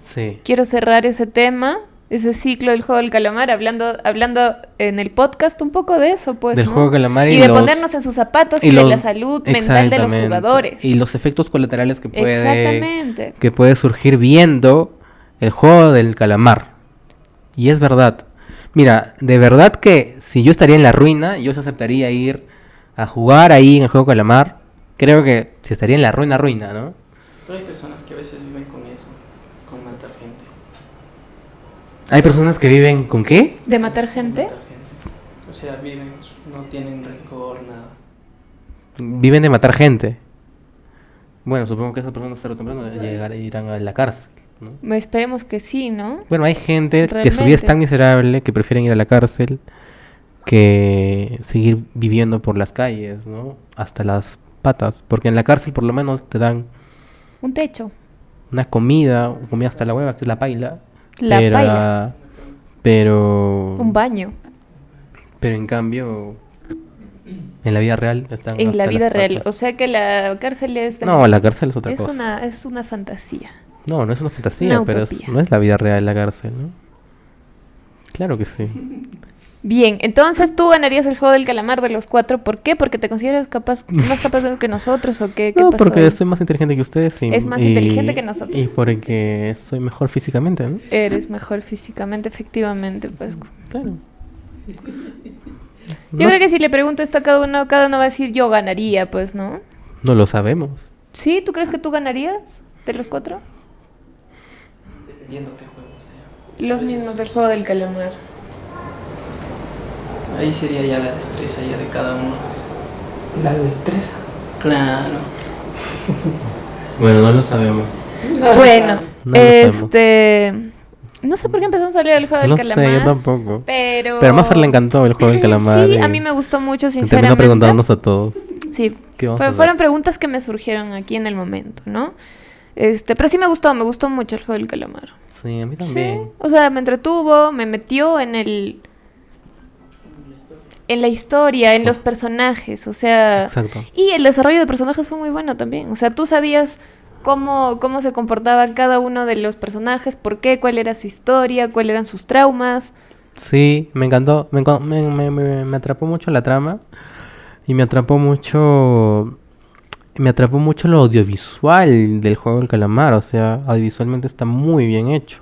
Speaker 1: Sí.
Speaker 2: quiero cerrar ese tema, ese ciclo del juego del calamar, hablando, hablando en el podcast un poco de eso, pues.
Speaker 1: Del
Speaker 2: ¿no?
Speaker 1: juego del calamar y
Speaker 2: de
Speaker 1: los-
Speaker 2: ponernos en sus zapatos y, de la salud mental de los
Speaker 1: exactamente.
Speaker 2: jugadores.
Speaker 1: Y los efectos colaterales que puede,
Speaker 2: Exactamente.
Speaker 1: que puede surgir viendo el juego del calamar. Y es verdad. Mira, de verdad que si yo estaría en la ruina, yo sí aceptaría ir a jugar ahí en el juego del calamar. Creo que si estaría en la ruina, ruina, ¿no?
Speaker 3: Pero hay personas que a veces viven con eso, con matar gente.
Speaker 1: Hay personas que viven con qué?
Speaker 2: ¿De matar gente?
Speaker 3: Matar gente. O sea, viven, no tienen rencor, nada.
Speaker 1: viven de matar gente. Bueno, supongo que esas personas tarde o temprano llegar- e irán a la cárcel. ¿no?
Speaker 2: Esperemos que sí, ¿no?
Speaker 1: Bueno, hay gente que su vida
Speaker 2: Realmente.
Speaker 1: es tan miserable que prefieren ir a la cárcel que seguir viviendo por las calles, ¿no? Hasta las patas. Porque en la cárcel por lo menos te dan
Speaker 2: Un techo.
Speaker 1: una comida, comida hasta la hueva, que es la paila.
Speaker 2: La
Speaker 1: pero, ah,
Speaker 2: paila.
Speaker 1: Pero...
Speaker 2: Un baño.
Speaker 1: Pero en cambio, en la vida real están
Speaker 2: En la
Speaker 1: hasta
Speaker 2: vida
Speaker 1: las
Speaker 2: real.
Speaker 1: patas.
Speaker 2: O sea que la cárcel es...
Speaker 1: No, la cárcel es otra
Speaker 2: es
Speaker 1: cosa.
Speaker 2: una, es una fantasía.
Speaker 1: No, no es una fantasía,
Speaker 2: Una
Speaker 1: pero es-
Speaker 2: utopía.
Speaker 1: no es la vida real la cárcel, ¿no? Claro que sí.
Speaker 2: Bien, entonces tú ganarías el juego del calamar de los cuatro. ¿Por qué? ¿Porque te consideras capaz, más capaz de lo que nosotros o qué? ¿Qué
Speaker 1: No,
Speaker 2: pasó
Speaker 1: porque
Speaker 2: ahí?
Speaker 1: soy más inteligente que ustedes. Y,
Speaker 2: Es más
Speaker 1: y-
Speaker 2: inteligente que nosotros.
Speaker 1: Y porque soy mejor físicamente, ¿no?
Speaker 2: Eres mejor físicamente, efectivamente, pues. Pascu.
Speaker 1: Claro.
Speaker 2: Yo
Speaker 1: No,
Speaker 2: creo que si le pregunto esto a cada uno, cada uno va a decir yo ganaría, pues, ¿no?
Speaker 1: no lo sabemos.
Speaker 2: ¿Sí? ¿Tú crees que tú ganarías de los cuatro?
Speaker 3: Dependiendo qué juego sea.
Speaker 2: Los mismos del juego del calamar.
Speaker 3: Ahí sería ya la destreza ya de cada uno.
Speaker 4: La destreza.
Speaker 3: Claro.
Speaker 1: Bueno, no lo sabemos.
Speaker 2: Ah, Bueno,
Speaker 1: No lo
Speaker 2: este... No sé por qué empezamos a hablar del juego
Speaker 1: No
Speaker 2: del calamar.
Speaker 1: sé, yo tampoco.
Speaker 2: Pero...
Speaker 1: Pero a Maffer le encantó el juego del calamar.
Speaker 2: Sí,
Speaker 1: y
Speaker 2: a mí me gustó mucho,
Speaker 1: terminó
Speaker 2: sinceramente.
Speaker 1: preguntándonos a todos.
Speaker 2: Sí,
Speaker 1: ¿Qué vamos
Speaker 2: fue-
Speaker 1: a hacer?
Speaker 2: fueron preguntas que me surgieron aquí en el momento, ¿no? Este, pero sí me gustó, me gustó mucho el juego del calamar.
Speaker 1: Sí, a mí
Speaker 2: Sí,
Speaker 1: también.
Speaker 2: o sea, me entretuvo, me metió en el... En la historia, en
Speaker 1: Sí.
Speaker 2: los personajes, o sea...
Speaker 1: Exacto.
Speaker 2: Y el desarrollo de personajes fue muy bueno también. O sea, tú sabías cómo, cómo se comportaba cada uno de los personajes, por qué, cuál era su historia, cuáles eran sus traumas.
Speaker 1: Sí, me encantó. Me, encan- me- me- me- me atrapó mucho la trama. Y me atrapó mucho. Me atrapó mucho lo audiovisual del juego del calamar. O sea, audiovisualmente está muy bien hecho.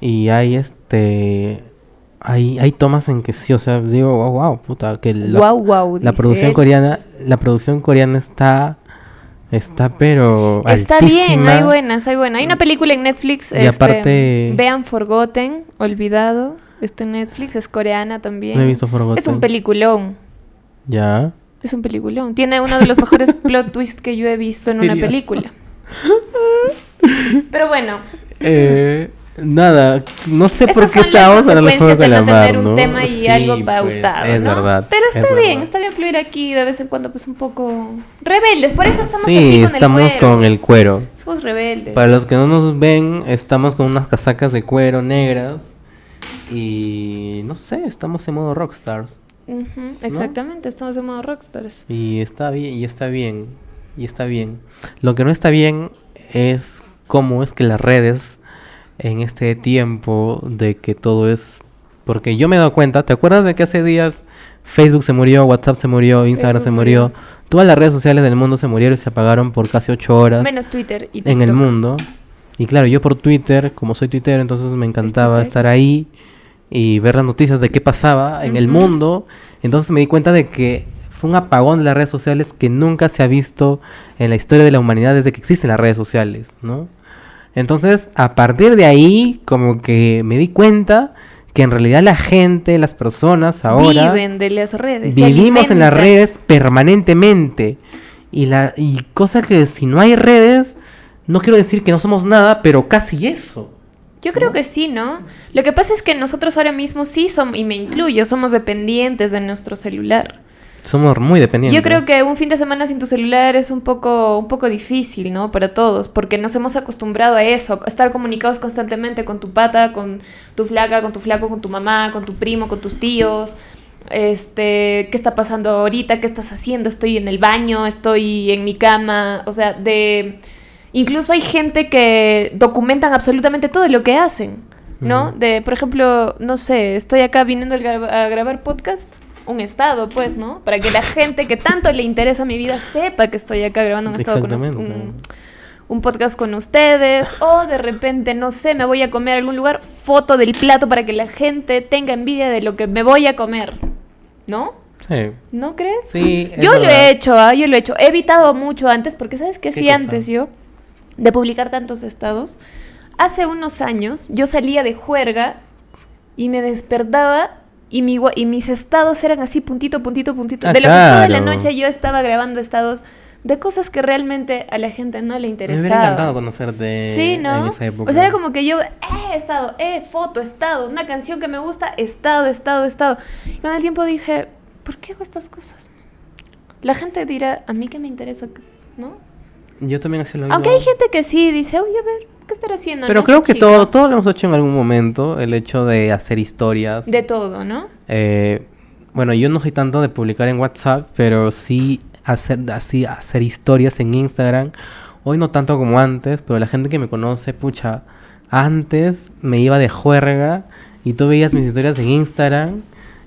Speaker 1: Y hay este. Hay, hay tomas en que sí, o sea, digo, wow, wow, puta, que lo-
Speaker 2: wow, wow.
Speaker 1: la
Speaker 2: dice
Speaker 1: producción
Speaker 2: él.
Speaker 1: coreana, la producción coreana está, está pero
Speaker 2: Está bien, hay
Speaker 1: altísima.
Speaker 2: buenas, hay buenas. Hay una película en Netflix. este,
Speaker 1: Y aparte-
Speaker 2: Vean Forgotten, Olvidado. Está en Netflix, es coreana también.
Speaker 1: No he visto Forgotten.
Speaker 2: Es un peliculón.
Speaker 1: Ya.
Speaker 2: Es un peliculón. Tiene uno de los mejores plot twists que yo he visto en una
Speaker 1: Serio.
Speaker 2: película. Pero bueno,
Speaker 1: Eh, nada, no sé por
Speaker 2: Estas
Speaker 1: qué
Speaker 2: son las
Speaker 1: estábamos hablando del juego
Speaker 2: consecuencias
Speaker 1: de
Speaker 2: de no
Speaker 1: calamar,
Speaker 2: tener un
Speaker 1: ¿no?
Speaker 2: tema y
Speaker 1: Sí,
Speaker 2: algo
Speaker 1: pues,
Speaker 2: pautado,
Speaker 1: es
Speaker 2: ¿no?
Speaker 1: verdad.
Speaker 2: Pero está
Speaker 1: es
Speaker 2: bien,
Speaker 1: verdad.
Speaker 2: está bien fluir aquí de vez en cuando, pues un poco rebeldes. Por eso estamos así
Speaker 1: Sí,
Speaker 2: con el
Speaker 1: estamos
Speaker 2: cuero.
Speaker 1: con el cuero.
Speaker 2: Somos rebeldes.
Speaker 1: Para los que no nos ven, estamos con unas casacas de cuero negras y no sé, estamos en modo rockstars
Speaker 2: Ujú, Exactamente, estamos en modo rockstars.
Speaker 1: y está bien y está bien y está bien. Lo que no está bien es cómo es que las redes en este tiempo de que todo es porque yo me he dado cuenta, ¿te acuerdas de que hace días Facebook se murió, WhatsApp se murió, Instagram se
Speaker 2: Facebook
Speaker 1: murió?
Speaker 2: murió.
Speaker 1: Todas las redes sociales del mundo se murieron y se apagaron por casi 8 horas
Speaker 2: Menos Twitter y TikTok.
Speaker 1: en el mundo. Y claro, yo por Twitter, como soy Twitter, entonces me encantaba
Speaker 2: Twitter.
Speaker 1: estar ahí y ver las noticias de qué pasaba en el
Speaker 2: Ujú.
Speaker 1: mundo. Entonces me di cuenta de que fue un apagón de las redes sociales que nunca se ha visto en la historia de la humanidad desde que existen las redes sociales, ¿no? Entonces, a partir de ahí, como que me di cuenta que en realidad la gente, las personas ahora
Speaker 2: Viven de las redes. se
Speaker 1: vivimos en las
Speaker 2: alimentan.
Speaker 1: redes permanentemente. Y la y cosa que si no hay redes, no quiero decir que no somos nada, pero casi eso.
Speaker 2: Yo creo que sí, ¿no? Lo que pasa es que nosotros ahora mismo sí somos, y me incluyo, somos dependientes de nuestro celular.
Speaker 1: Somos muy dependientes.
Speaker 2: Yo creo que un fin de semana sin tu celular es un poco, un poco difícil, ¿no? Para todos, porque nos hemos acostumbrado a eso, a estar comunicados constantemente con tu pata, con tu flaca, con tu flaco, con tu mamá, con tu primo, con tus tíos. Este, ¿qué está pasando ahorita? ¿Qué estás haciendo? Estoy en el baño, estoy en mi cama, o sea, de incluso hay gente que documentan absolutamente todo lo que hacen, ¿no?
Speaker 1: Ujú.
Speaker 2: De, por ejemplo, no sé, estoy acá viniendo al gra- a grabar podcast, un estado, pues, ¿no? Para que la gente que tanto le interesa mi vida sepa que estoy acá grabando un estado con us-
Speaker 1: Exactamente.
Speaker 2: un, un podcast con ustedes, o de repente, no sé, me voy a comer a algún lugar, foto del plato para que la gente tenga envidia de lo que me voy a comer, ¿no?
Speaker 1: Sí.
Speaker 2: ¿No crees?
Speaker 1: Sí, es
Speaker 2: Yo lo
Speaker 1: verdad.
Speaker 2: he hecho, ¿ah? yo lo he hecho. He evitado mucho antes, porque sabes que
Speaker 1: ¿Qué
Speaker 2: sí,
Speaker 1: cosa?
Speaker 2: antes yo, de publicar tantos estados, hace unos años yo salía de juerga y me despertaba y, mi, gua- y mis estados eran así, puntito, puntito, puntito.
Speaker 1: Ah,
Speaker 2: de lo que toda la
Speaker 1: claro.
Speaker 2: noche yo estaba grabando estados de cosas que realmente a la gente no le
Speaker 1: Me hubiera encantado
Speaker 2: interesaba.
Speaker 1: conocerte
Speaker 2: Sí, ¿no?
Speaker 1: eh, en esa época.
Speaker 2: O sea, era como que yo, eh, estado, eh, foto, estado, una canción que me gusta, estado, estado, estado. Y con el tiempo dije, ¿por qué hago estas cosas? La gente dirá, a mí que me interesa, ¿no?
Speaker 1: Yo también hacía lo mismo.
Speaker 2: Aunque hay gente que sí dice, oye, a ver, ¿qué estará haciendo?
Speaker 1: Pero
Speaker 2: no,
Speaker 1: creo
Speaker 2: este
Speaker 1: que
Speaker 2: chico?"
Speaker 1: todo, todo lo hemos hecho en algún momento. El hecho de hacer historias.
Speaker 2: De todo, ¿no?
Speaker 1: Eh, bueno, yo no soy tanto de publicar en WhatsApp, pero sí hacer, así, hacer historias en Instagram. Hoy no tanto como antes, pero la gente que me conoce, pucha, antes me iba de juerga y tú veías mis historias en Instagram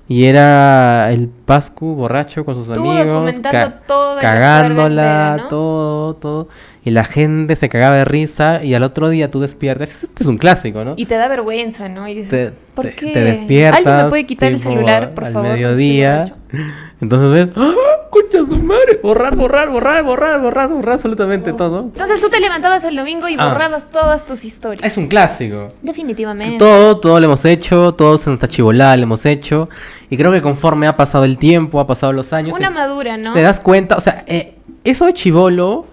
Speaker 1: Y era el Pascu borracho con sus
Speaker 2: Estuvo
Speaker 1: amigos,
Speaker 2: documentando
Speaker 1: ca-
Speaker 2: todo el
Speaker 1: cagándola,
Speaker 2: entera, ¿no?
Speaker 1: todo, todo. Y la gente se cagaba de risa y al otro día tú despiertas. Este es un clásico, ¿no?
Speaker 2: Y te da vergüenza, ¿no? Y dices,
Speaker 1: te,
Speaker 2: ¿por
Speaker 1: te-
Speaker 2: qué?
Speaker 1: te despiertas.
Speaker 2: ¿Alguien me puede quitar el
Speaker 1: tipo,
Speaker 2: celular, por
Speaker 1: al
Speaker 2: favor? este
Speaker 1: mediodía.
Speaker 2: Estoy
Speaker 1: Entonces ves, ¡ah! ¡Concha de su madre! Borrar, borrar, borrar, borrar, borrar, borrar
Speaker 2: Oh.
Speaker 1: absolutamente todo.
Speaker 2: Entonces tú te levantabas el domingo y
Speaker 1: Ah.
Speaker 2: borrabas todas tus historias.
Speaker 1: Es un clásico.
Speaker 2: Definitivamente.
Speaker 1: Todo, todo lo hemos hecho, todo se nos achivolada, lo hemos hecho. Y creo que conforme ha pasado el tiempo, ha pasado los años,
Speaker 2: Una
Speaker 1: te,
Speaker 2: madura, ¿no?
Speaker 1: te das cuenta, o sea, eh, eso de chivolo,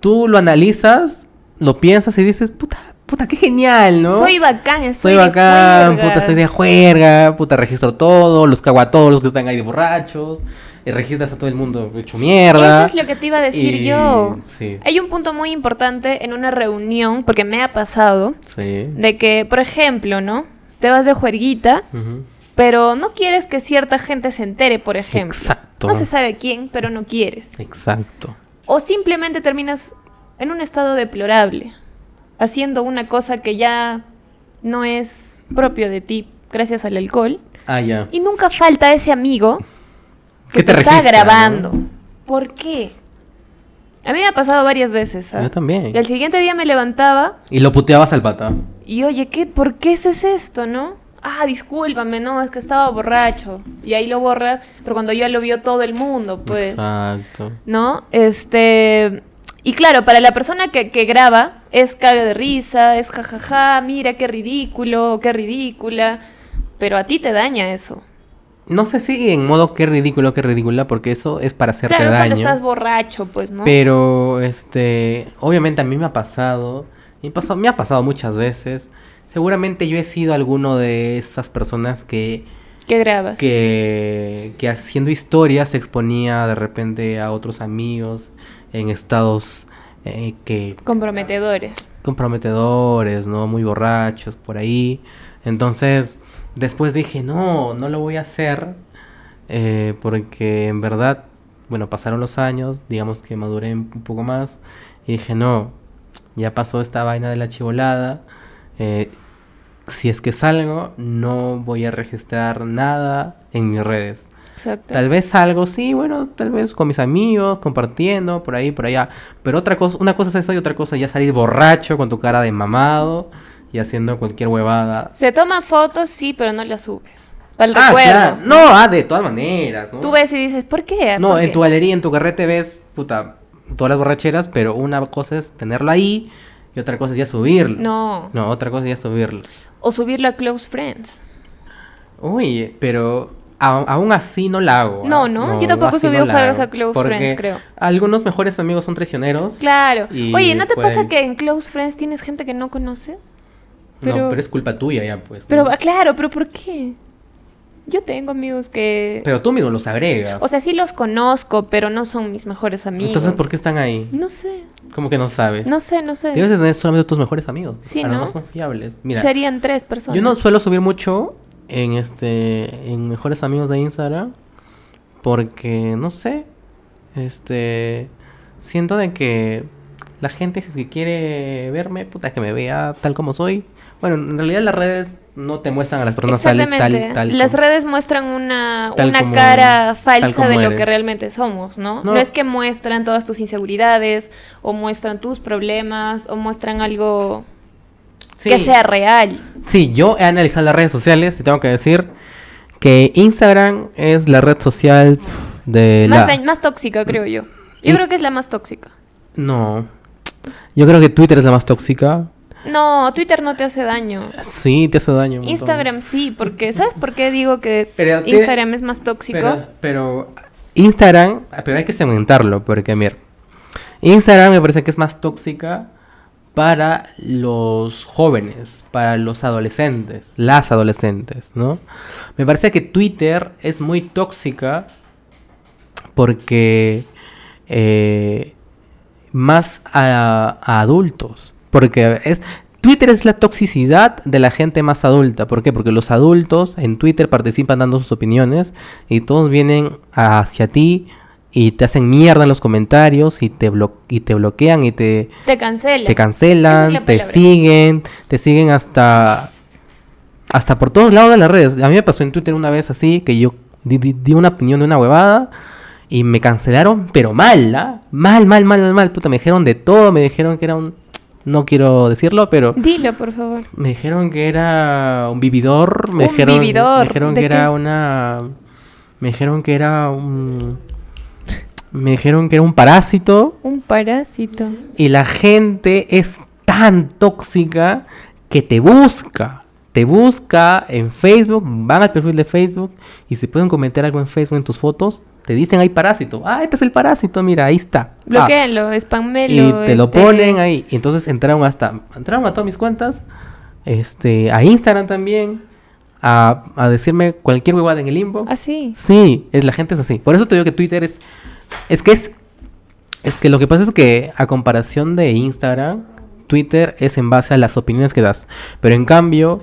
Speaker 1: tú lo analizas, lo piensas y dices, puta, puta, qué genial, ¿no?
Speaker 2: Soy bacán,
Speaker 1: Soy
Speaker 2: de
Speaker 1: bacán,
Speaker 2: juerga.
Speaker 1: puta, estoy de juerga, puta, registro todo, los cago a todos los que están ahí de borrachos, y registras a todo el mundo hecho mierda.
Speaker 2: Eso es lo que te iba a decir
Speaker 1: Y-
Speaker 2: yo.
Speaker 1: Sí,
Speaker 2: Hay un punto muy importante en una reunión, porque me ha pasado,
Speaker 1: sí.
Speaker 2: de que, por ejemplo, ¿no? Te vas de juerguita,
Speaker 1: ujú.
Speaker 2: pero no quieres que cierta gente se entere, por ejemplo.
Speaker 1: Exacto.
Speaker 2: No se sabe quién, pero no quieres.
Speaker 1: Exacto.
Speaker 2: O simplemente terminas en un estado deplorable, haciendo una cosa que ya no es propio de ti gracias al alcohol.
Speaker 1: Ah, ya.
Speaker 2: Y nunca falta ese amigo que
Speaker 1: Que
Speaker 2: te,
Speaker 1: te
Speaker 2: está
Speaker 1: registra,
Speaker 2: grabando.
Speaker 1: ¿no?
Speaker 2: ¿Por qué? A mí me ha pasado varias veces. ¿ah?
Speaker 1: Yo también.
Speaker 2: Y al siguiente día me levantaba
Speaker 1: Y lo puteabas al pata.
Speaker 2: y oye, ¿qué? ¿por qué haces esto, no? Ah, discúlpame, no, es que estaba borracho. Y ahí lo borra, pero cuando ya lo vio todo el mundo, pues.
Speaker 1: Exacto.
Speaker 2: ¿no? Este. Y claro, para la persona que, que graba, es caga de risa, es jajaja, mira qué ridículo, qué ridícula. Pero a ti te daña eso.
Speaker 1: No sé si en modo qué ridículo, qué ridícula, porque eso es para hacerte
Speaker 2: claro, cuando
Speaker 1: daño.
Speaker 2: estás borracho, pues, ¿no?
Speaker 1: Pero, este, obviamente a mí me ha pasado, me, pasó, me ha pasado muchas veces. Seguramente yo he sido alguno de esas personas que,
Speaker 2: ¿Qué grabas?
Speaker 1: que, que haciendo historias se exponía de repente a otros amigos en estados eh, que
Speaker 2: Comprometedores.
Speaker 1: comprometedores, ¿no? Muy borrachos por ahí. Entonces, después dije, no, no lo voy a hacer. eh, porque en verdad, bueno, pasaron los años, digamos que maduré un poco más. Y dije, no, ya pasó esta vaina de la chivolada. eh, si es que salgo, no voy a registrar nada en mis redes.
Speaker 2: Exacto.
Speaker 1: Tal vez algo, sí, bueno, tal vez con mis amigos, compartiendo, por ahí, por allá. Pero otra cosa, una cosa es eso y otra cosa es ya salir borracho con tu cara de mamado y haciendo cualquier huevada.
Speaker 2: Se toma fotos, sí, pero no las subes. Al
Speaker 1: Ah,
Speaker 2: recuerdo.
Speaker 1: claro. No, ah, de todas maneras, ¿no?
Speaker 2: Tú ves y dices, ¿por qué?
Speaker 1: No,
Speaker 2: ¿Por
Speaker 1: en
Speaker 2: qué?
Speaker 1: tu galería, en tu carrete ves, puta, todas las borracheras, pero una cosa es tenerlo ahí y otra cosa es ya subirlo.
Speaker 2: No.
Speaker 1: No, otra cosa es ya subirlo.
Speaker 2: O subirlo a Close Friends.
Speaker 1: Uy, pero a- aún así no la hago. ¿ah?
Speaker 2: No, ¿no? Yo tampoco he
Speaker 1: así
Speaker 2: subido
Speaker 1: la
Speaker 2: juegos
Speaker 1: hago,
Speaker 2: a Close
Speaker 1: porque
Speaker 2: Friends, creo.
Speaker 1: Algunos mejores amigos son traicioneros.
Speaker 2: Claro.
Speaker 1: Y
Speaker 2: Oye, ¿no te pasa
Speaker 1: pueden-
Speaker 2: que en Close Friends tienes gente que no conoces?
Speaker 1: No,
Speaker 2: pero-
Speaker 1: pero es culpa tuya ya, pues. ¿no?
Speaker 2: Pero ah, claro, pero ¿por qué? Yo tengo amigos que...
Speaker 1: Pero tú mismo los agregas.
Speaker 2: o sea, sí los conozco, pero no son mis mejores amigos.
Speaker 1: Entonces, ¿por qué Pues, están ahí?
Speaker 2: No sé,
Speaker 1: Como que no sabes.
Speaker 2: no sé, no sé.
Speaker 1: Debes de tener solamente tus mejores amigos.
Speaker 2: Sí,
Speaker 1: a los
Speaker 2: ¿no?
Speaker 1: más confiables. Mira,
Speaker 2: Serían tres personas.
Speaker 1: yo no suelo subir mucho en este en mejores amigos de Instagram porque no sé, este siento de que la gente si es que quiere verme, puta que me vea tal como soy. Bueno, en realidad las redes no te muestran a las personas tales tal
Speaker 2: Exactamente.
Speaker 1: tal
Speaker 2: Las
Speaker 1: como-
Speaker 2: redes muestran una,
Speaker 1: tal
Speaker 2: una
Speaker 1: como-
Speaker 2: cara
Speaker 1: tal
Speaker 2: falsa
Speaker 1: como
Speaker 2: de lo
Speaker 1: eres.
Speaker 2: que realmente somos, ¿no?
Speaker 1: No.
Speaker 2: ¿no? es que muestran todas tus inseguridades, o muestran tus problemas, o muestran algo
Speaker 1: Sí.
Speaker 2: que sea real.
Speaker 1: Sí, yo he analizado las redes sociales y tengo que decir que Instagram es la red social pf, de
Speaker 2: Más,
Speaker 1: Eh, la...
Speaker 2: dañ- más tóxica, creo yo. Yo
Speaker 1: Y-
Speaker 2: creo que es la más tóxica.
Speaker 1: No. Yo creo que Twitter es la más tóxica.
Speaker 2: No, Twitter no te hace daño.
Speaker 1: Sí, te hace daño. un montón.
Speaker 2: Instagram sí, porque ¿sabes por qué digo que
Speaker 1: Pero tiene-
Speaker 2: Instagram es más tóxico?
Speaker 1: Pero, pero Instagram, ah, pero hay que segmentarlo, porque mira, Instagram me parece que es más tóxica para los jóvenes, para los adolescentes, las adolescentes, ¿no? Me parece que Twitter es muy tóxica porque eh, más a, a adultos, porque es Twitter es la toxicidad de la gente más adulta. ¿Por qué? Porque los adultos en Twitter participan dando sus opiniones y todos vienen hacia ti y te hacen mierda en los comentarios y te, blo- y te bloquean y te,
Speaker 2: te cancela.
Speaker 1: te
Speaker 2: Esa es
Speaker 1: cancelan,
Speaker 2: la
Speaker 1: te
Speaker 2: palabra.
Speaker 1: siguen, te siguen hasta hasta por todos lados de las redes. A mí me pasó en Twitter una vez así que yo di, di- di una opinión de una huevada y me cancelaron, pero mal, ¿ah? Mal, mal, mal, mal, mal. Puta, me dijeron de todo, me dijeron que era un. No quiero decirlo, pero.
Speaker 2: Dilo, por favor.
Speaker 1: Me dijeron que era un vividor. Me
Speaker 2: Un
Speaker 1: dijeron,
Speaker 2: vividor,
Speaker 1: Me dijeron
Speaker 2: ¿de
Speaker 1: que
Speaker 2: qué?
Speaker 1: era una. Me dijeron que era un. Me dijeron que era un parásito.
Speaker 2: Un parásito.
Speaker 1: Y la gente es tan tóxica que te busca. Te busca en Facebook, van al perfil de Facebook y si pueden comentar algo en Facebook en tus fotos, te dicen hay parásito. Ah, este es el parásito, mira, ahí está. Ah,
Speaker 2: Bloquéenlo,
Speaker 1: y
Speaker 2: spammelo.
Speaker 1: te lo
Speaker 2: este,
Speaker 1: ponen ahí. Y entonces entraron hasta, entraron a todas mis cuentas, este, a Instagram también, a, a decirme cualquier huevada en el inbox.
Speaker 2: Así.
Speaker 1: Sí, es, la gente es así. Por eso te digo que Twitter es. Es que es. Es que lo que pasa es que, a comparación de Instagram, Twitter es en base a las opiniones que das. Pero en cambio,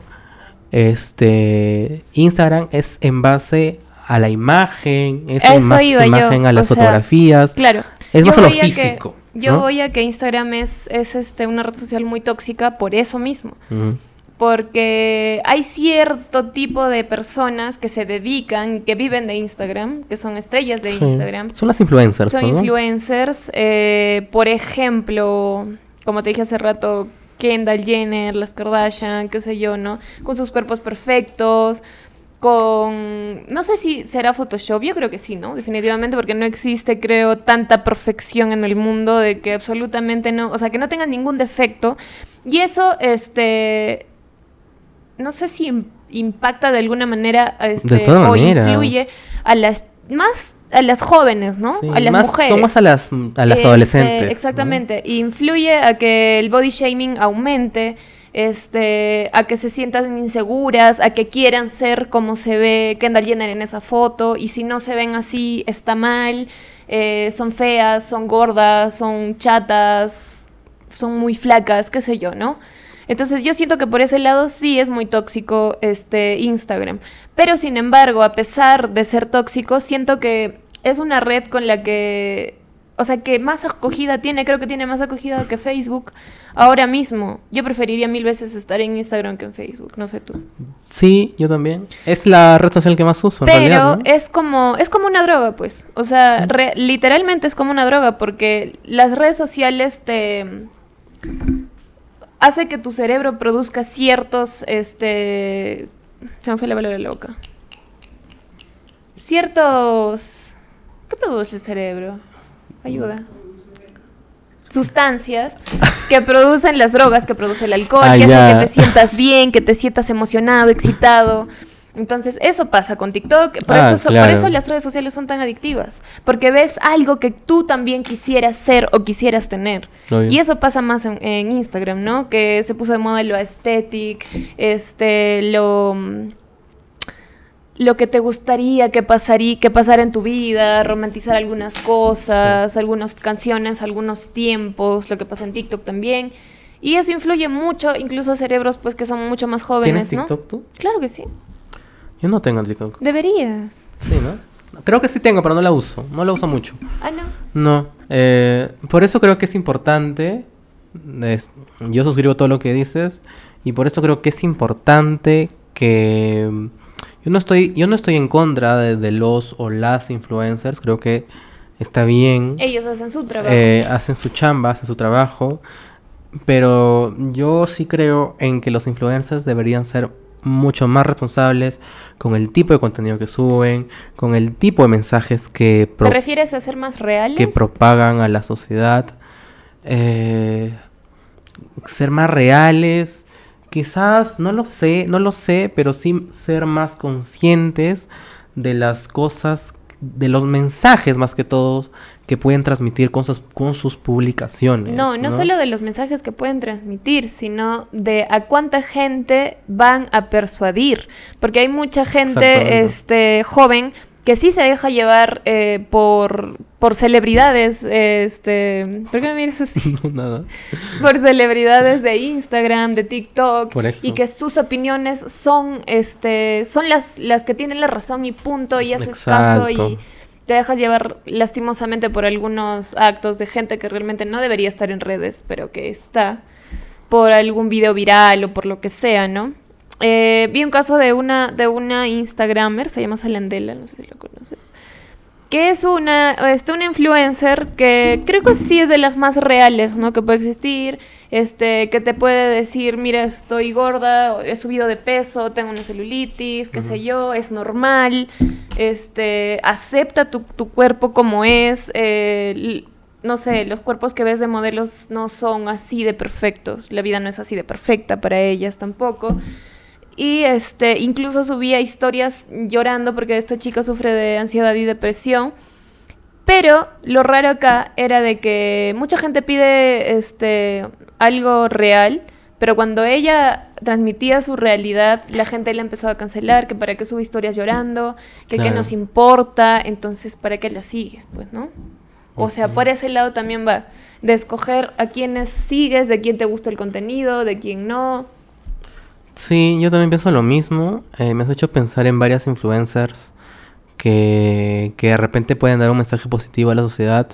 Speaker 1: este. Instagram es en base a la imagen, es
Speaker 2: A
Speaker 1: en
Speaker 2: eso
Speaker 1: base-
Speaker 2: iba yo,
Speaker 1: imagen a
Speaker 2: o
Speaker 1: las
Speaker 2: sea,
Speaker 1: fotografías.
Speaker 2: Claro.
Speaker 1: Es más
Speaker 2: Yo
Speaker 1: a lo
Speaker 2: voy que-
Speaker 1: físico,
Speaker 2: yo
Speaker 1: ¿no?
Speaker 2: voy a que Instagram es, es este, una red social muy tóxica por eso mismo.
Speaker 1: Mm.
Speaker 2: porque hay cierto tipo de personas que se dedican, que viven de Instagram, que son estrellas de
Speaker 1: Sí.
Speaker 2: Instagram,
Speaker 1: Son las influencers.
Speaker 2: son
Speaker 1: ¿no?
Speaker 2: influencers. eh, por ejemplo, como te dije hace rato, Kendall Jenner, las Kardashian, qué sé yo, ¿no? Con sus cuerpos perfectos, con... No sé si será Photoshop, yo creo que sí, ¿no? Definitivamente, porque no existe, creo, tanta perfección en el mundo de que absolutamente no... O sea, que no tengan ningún defecto. Y eso, este... No sé si im- impacta de alguna manera este,
Speaker 1: todas
Speaker 2: o
Speaker 1: maneras.
Speaker 2: influye a las más a las jóvenes, ¿no?
Speaker 1: Sí,
Speaker 2: a las
Speaker 1: más-
Speaker 2: mujeres.
Speaker 1: Son más a las, a las
Speaker 2: Este,
Speaker 1: adolescentes. ¿no?
Speaker 2: Exactamente. Y Influye a que el body shaming aumente, este, a que se sientan inseguras, a que quieran ser como se ve Kendall Jenner en esa foto, y si no se ven así, está mal, eh, son feas, son gordas, son chatas, son muy flacas, qué sé yo, ¿no? Entonces yo siento que por ese lado sí es muy tóxico este Instagram. Pero sin embargo, a pesar de ser tóxico, siento que es una red con la que... O sea, que más acogida tiene, creo que tiene más acogida que Facebook ahora mismo. Yo preferiría mil veces estar en Instagram que en Facebook, no sé tú.
Speaker 1: Sí, yo también. Es la red social que más uso, en
Speaker 2: Pero
Speaker 1: realidad. ¿no?
Speaker 2: es como es como una droga, pues. O sea,
Speaker 1: Sí.
Speaker 2: re- literalmente es como una droga porque las redes sociales te hace que tu cerebro produzca ciertos este se me fue la palabra loca. Ciertos ¿qué produce el cerebro? Ayuda. Sustancias que producen las drogas, que produce el alcohol,
Speaker 1: Ah,
Speaker 2: que hacen
Speaker 1: ya.
Speaker 2: que te sientas bien, que te sientas emocionado, excitado. Entonces, eso pasa con TikTok. Por,
Speaker 1: Ah,
Speaker 2: eso, so-
Speaker 1: claro.
Speaker 2: por eso las redes sociales son tan adictivas. Porque ves algo que tú también quisieras ser o quisieras tener.
Speaker 1: Obvio.
Speaker 2: Y eso pasa más en, en Instagram, ¿no? Que se puso de moda lo aesthetic, este, lo. mm, Lo que te gustaría que, pasaría, que pasara en tu vida, romantizar algunas cosas, algunas canciones, algunos tiempos, lo que pasó en TikTok también. Y eso influye mucho, incluso a cerebros pues que son mucho más jóvenes,
Speaker 1: ¿Tienes
Speaker 2: ¿no?
Speaker 1: TikTok tú?
Speaker 2: Claro que sí.
Speaker 1: Yo no tengo TikTok.
Speaker 2: Deberías.
Speaker 1: Sí, ¿no? Creo que sí tengo, pero no la uso. No la uso mucho.
Speaker 2: Ah, no.
Speaker 1: No. eh, por eso creo que es importante. es- yo suscribo todo lo que dices. Y por eso creo que es importante que. mm, Yo no estoy, yo no estoy en contra de, de los o las influencers. Creo que está bien.
Speaker 2: Ellos hacen su trabajo.
Speaker 1: eh, hacen su chamba, hacen su trabajo. Pero yo sí creo en que los influencers deberían ser mucho más responsables con el tipo de contenido que suben, con el tipo de mensajes que, pro-
Speaker 2: ¿Te refieres a ser más reales?
Speaker 1: que propagan a la sociedad. Eh, ser más reales. Quizás, no lo sé, no lo sé, pero sí ser más conscientes de las cosas, de los mensajes más que todos que pueden transmitir con sus, con sus publicaciones.
Speaker 2: no, no, solo de los mensajes que pueden transmitir, sino de a cuánta gente van a persuadir. Porque hay mucha gente
Speaker 1: Exactamente.
Speaker 2: este, joven que sí se deja llevar eh, por, por celebridades. Este, ¿Por qué me miras así?
Speaker 1: No, nada.
Speaker 2: por celebridades de Instagram, de TikTok,
Speaker 1: Por eso.
Speaker 2: y que sus opiniones son, este, son las, las que tienen la razón y punto, y haces caso y
Speaker 1: Exacto.
Speaker 2: te dejas llevar lastimosamente por algunos actos de gente que realmente no debería estar en redes, pero que está por algún video viral o por lo que sea, ¿no? Eh, vi un caso de una, de una Instagramer, se llama Salandela, no sé si lo conoces, que es una, este, una influencer que creo que sí es de las más reales, ¿no? Que puede existir, este, que te puede decir, mira, estoy gorda, o he subido de peso, tengo una celulitis, qué sé
Speaker 1: Ujú.
Speaker 2: yo, es normal, este, acepta tu, tu cuerpo como es, eh, l- no sé, los cuerpos que ves de modelos no son así de perfectos, la vida no es así de perfecta para ellas tampoco. Y este, incluso subía historias llorando porque esta chica sufre de ansiedad y depresión. Pero lo raro acá era de que mucha gente pide este algo real, pero cuando ella transmitía su realidad, la gente la empezó a cancelar, que para qué sube historias llorando, que qué
Speaker 1: Claro.
Speaker 2: nos importa, entonces para qué la sigues, pues, ¿no? O sea,
Speaker 1: Ujú.
Speaker 2: por ese lado también va de escoger a quienes sigues, de quién te gusta el contenido, de quién no.
Speaker 1: Sí, yo también pienso lo mismo. Eh, me has hecho pensar en varias influencers que, que de repente pueden dar un mensaje positivo a la sociedad.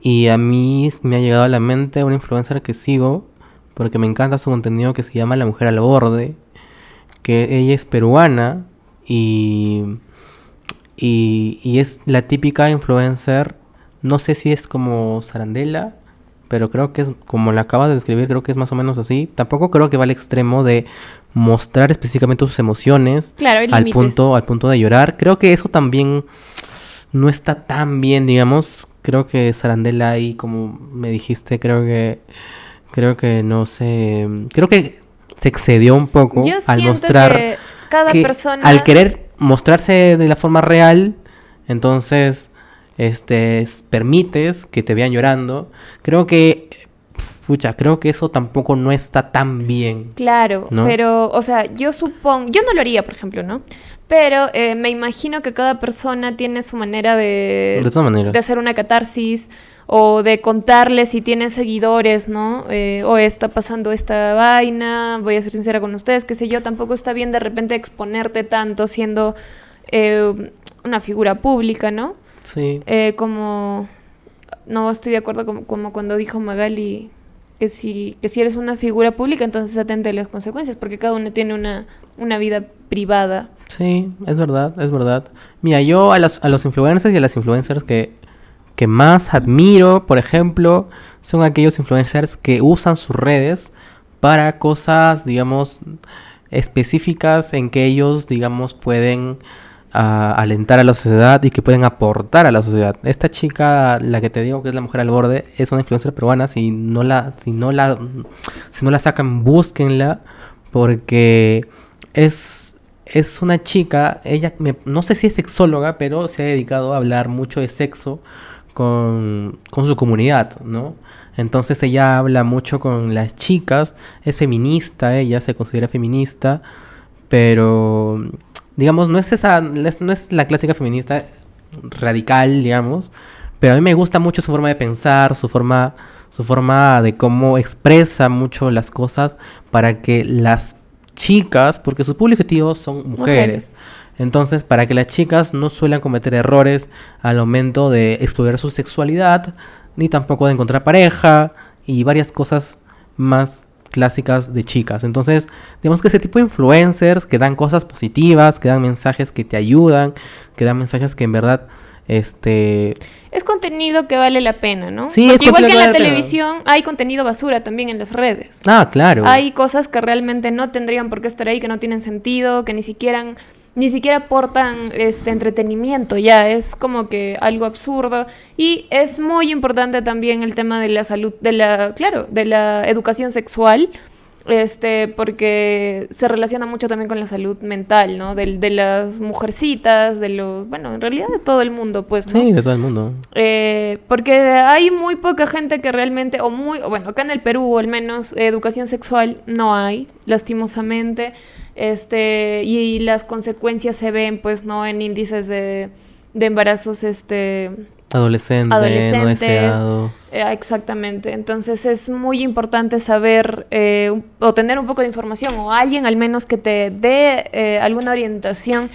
Speaker 1: Y a mí s- me ha llegado a la mente una influencer que sigo porque me encanta su contenido que se llama La Mujer al Borde, que ella es peruana y, y, y es la típica influencer, no sé si es como Sarandela, pero creo que es como la acabas de describir, creo que es más o menos así. Tampoco creo que va al extremo de mostrar específicamente sus emociones
Speaker 2: Claro, hay
Speaker 1: al
Speaker 2: límites.
Speaker 1: punto, al punto de llorar. Creo que eso también no está tan bien, digamos. Creo que Sarandela ahí, como me dijiste, creo que creo que no sé, creo que se excedió un poco
Speaker 2: Yo
Speaker 1: al
Speaker 2: siento
Speaker 1: mostrar
Speaker 2: que cada
Speaker 1: que
Speaker 2: persona
Speaker 1: al querer mostrarse de la forma real, entonces este s- permites que te vean llorando. Creo que pucha, creo que eso tampoco no está tan bien.
Speaker 2: Claro,
Speaker 1: ¿No?
Speaker 2: pero, o sea, yo supongo, yo no lo haría, por ejemplo, ¿no? Pero eh, me imagino que cada persona tiene su manera de,
Speaker 1: De todas maneras.
Speaker 2: de hacer una catarsis o de contarle si tiene seguidores, ¿no? Eh, o está pasando esta vaina, voy a ser sincera con ustedes, qué sé yo, tampoco está bien de repente exponerte tanto siendo eh, una figura pública, ¿no?
Speaker 1: Sí.
Speaker 2: Eh, como no estoy de acuerdo como, como cuando dijo Magali que si, que si eres una figura pública entonces atente a las consecuencias porque cada uno tiene una, una vida privada.
Speaker 1: Sí, es verdad, es verdad. Mira, yo a los, a los influencers y a las influencers que, que más admiro, por ejemplo, son aquellos influencers que usan sus redes para cosas, digamos, específicas en que ellos, digamos, pueden ah, alentar a la sociedad y que pueden aportar a la sociedad. Esta chica, la que te digo que es la mujer al borde, es una influencer peruana. Si no la, si no la, si no la sacan, búsquenla porque es, es una chica, ella me- no sé si es sexóloga, pero se ha dedicado a hablar mucho de sexo con, con su comunidad, ¿no? Entonces ella habla mucho con las chicas, es feminista, ella se considera feminista, pero digamos, no es esa, no es, no es la clásica feminista radical, digamos, pero a mí me gusta mucho su forma de pensar, su forma, su forma de cómo expresa mucho las cosas para que las chicas, porque su público objetivo son mujeres, entonces, para que las chicas no suelen cometer errores al momento de explorar su sexualidad, ni tampoco de encontrar pareja, y varias cosas más clásicas de chicas. Entonces, digamos que ese tipo de influencers que dan cosas positivas, que dan mensajes que te ayudan, que dan mensajes que en verdad, este...
Speaker 2: Es contenido que vale la pena, ¿no?
Speaker 1: Sí, es
Speaker 2: porque
Speaker 1: contenido
Speaker 2: igual que en
Speaker 1: que
Speaker 2: la
Speaker 1: vale la pena.
Speaker 2: televisión hay contenido basura también en las redes.
Speaker 1: Ah, claro.
Speaker 2: Hay cosas que realmente no tendrían por qué estar ahí, que no tienen sentido, que ni siquiera, ni siquiera aportan este entretenimiento, ya es como que algo absurdo. Y es muy importante también el tema de la salud, de la, claro, de la educación sexual. Este, porque se relaciona mucho también con la salud mental, ¿no? Del- De, las mujercitas, de los, bueno, en realidad de todo el mundo, pues, ¿no?
Speaker 1: Sí, de todo el mundo.
Speaker 2: Eh, porque hay muy poca gente que realmente, o muy, o bueno, acá en el Perú al menos, eh, educación sexual no hay, lastimosamente, este, y, las consecuencias se ven, pues, no en índices de, de embarazos, este,
Speaker 1: Adolescente, no
Speaker 2: Adolescentes,
Speaker 1: deseados.
Speaker 2: eh, exactamente. Entonces es muy importante saber eh, un- o tener un poco de información o alguien al menos que te dé eh, alguna orientación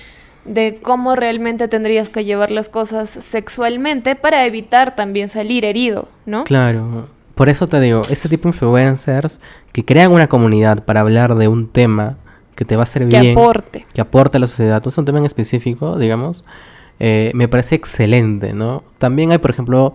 Speaker 2: de cómo realmente tendrías que llevar las cosas sexualmente para evitar también salir herido, ¿no?
Speaker 1: Claro. Por eso te digo, este tipo de influencers que crean una comunidad para hablar de un tema que te va a servir
Speaker 2: que aporte.
Speaker 1: que aporta a la sociedad, no es un tema en específico, digamos, eh, me parece excelente, ¿no? También hay, por ejemplo,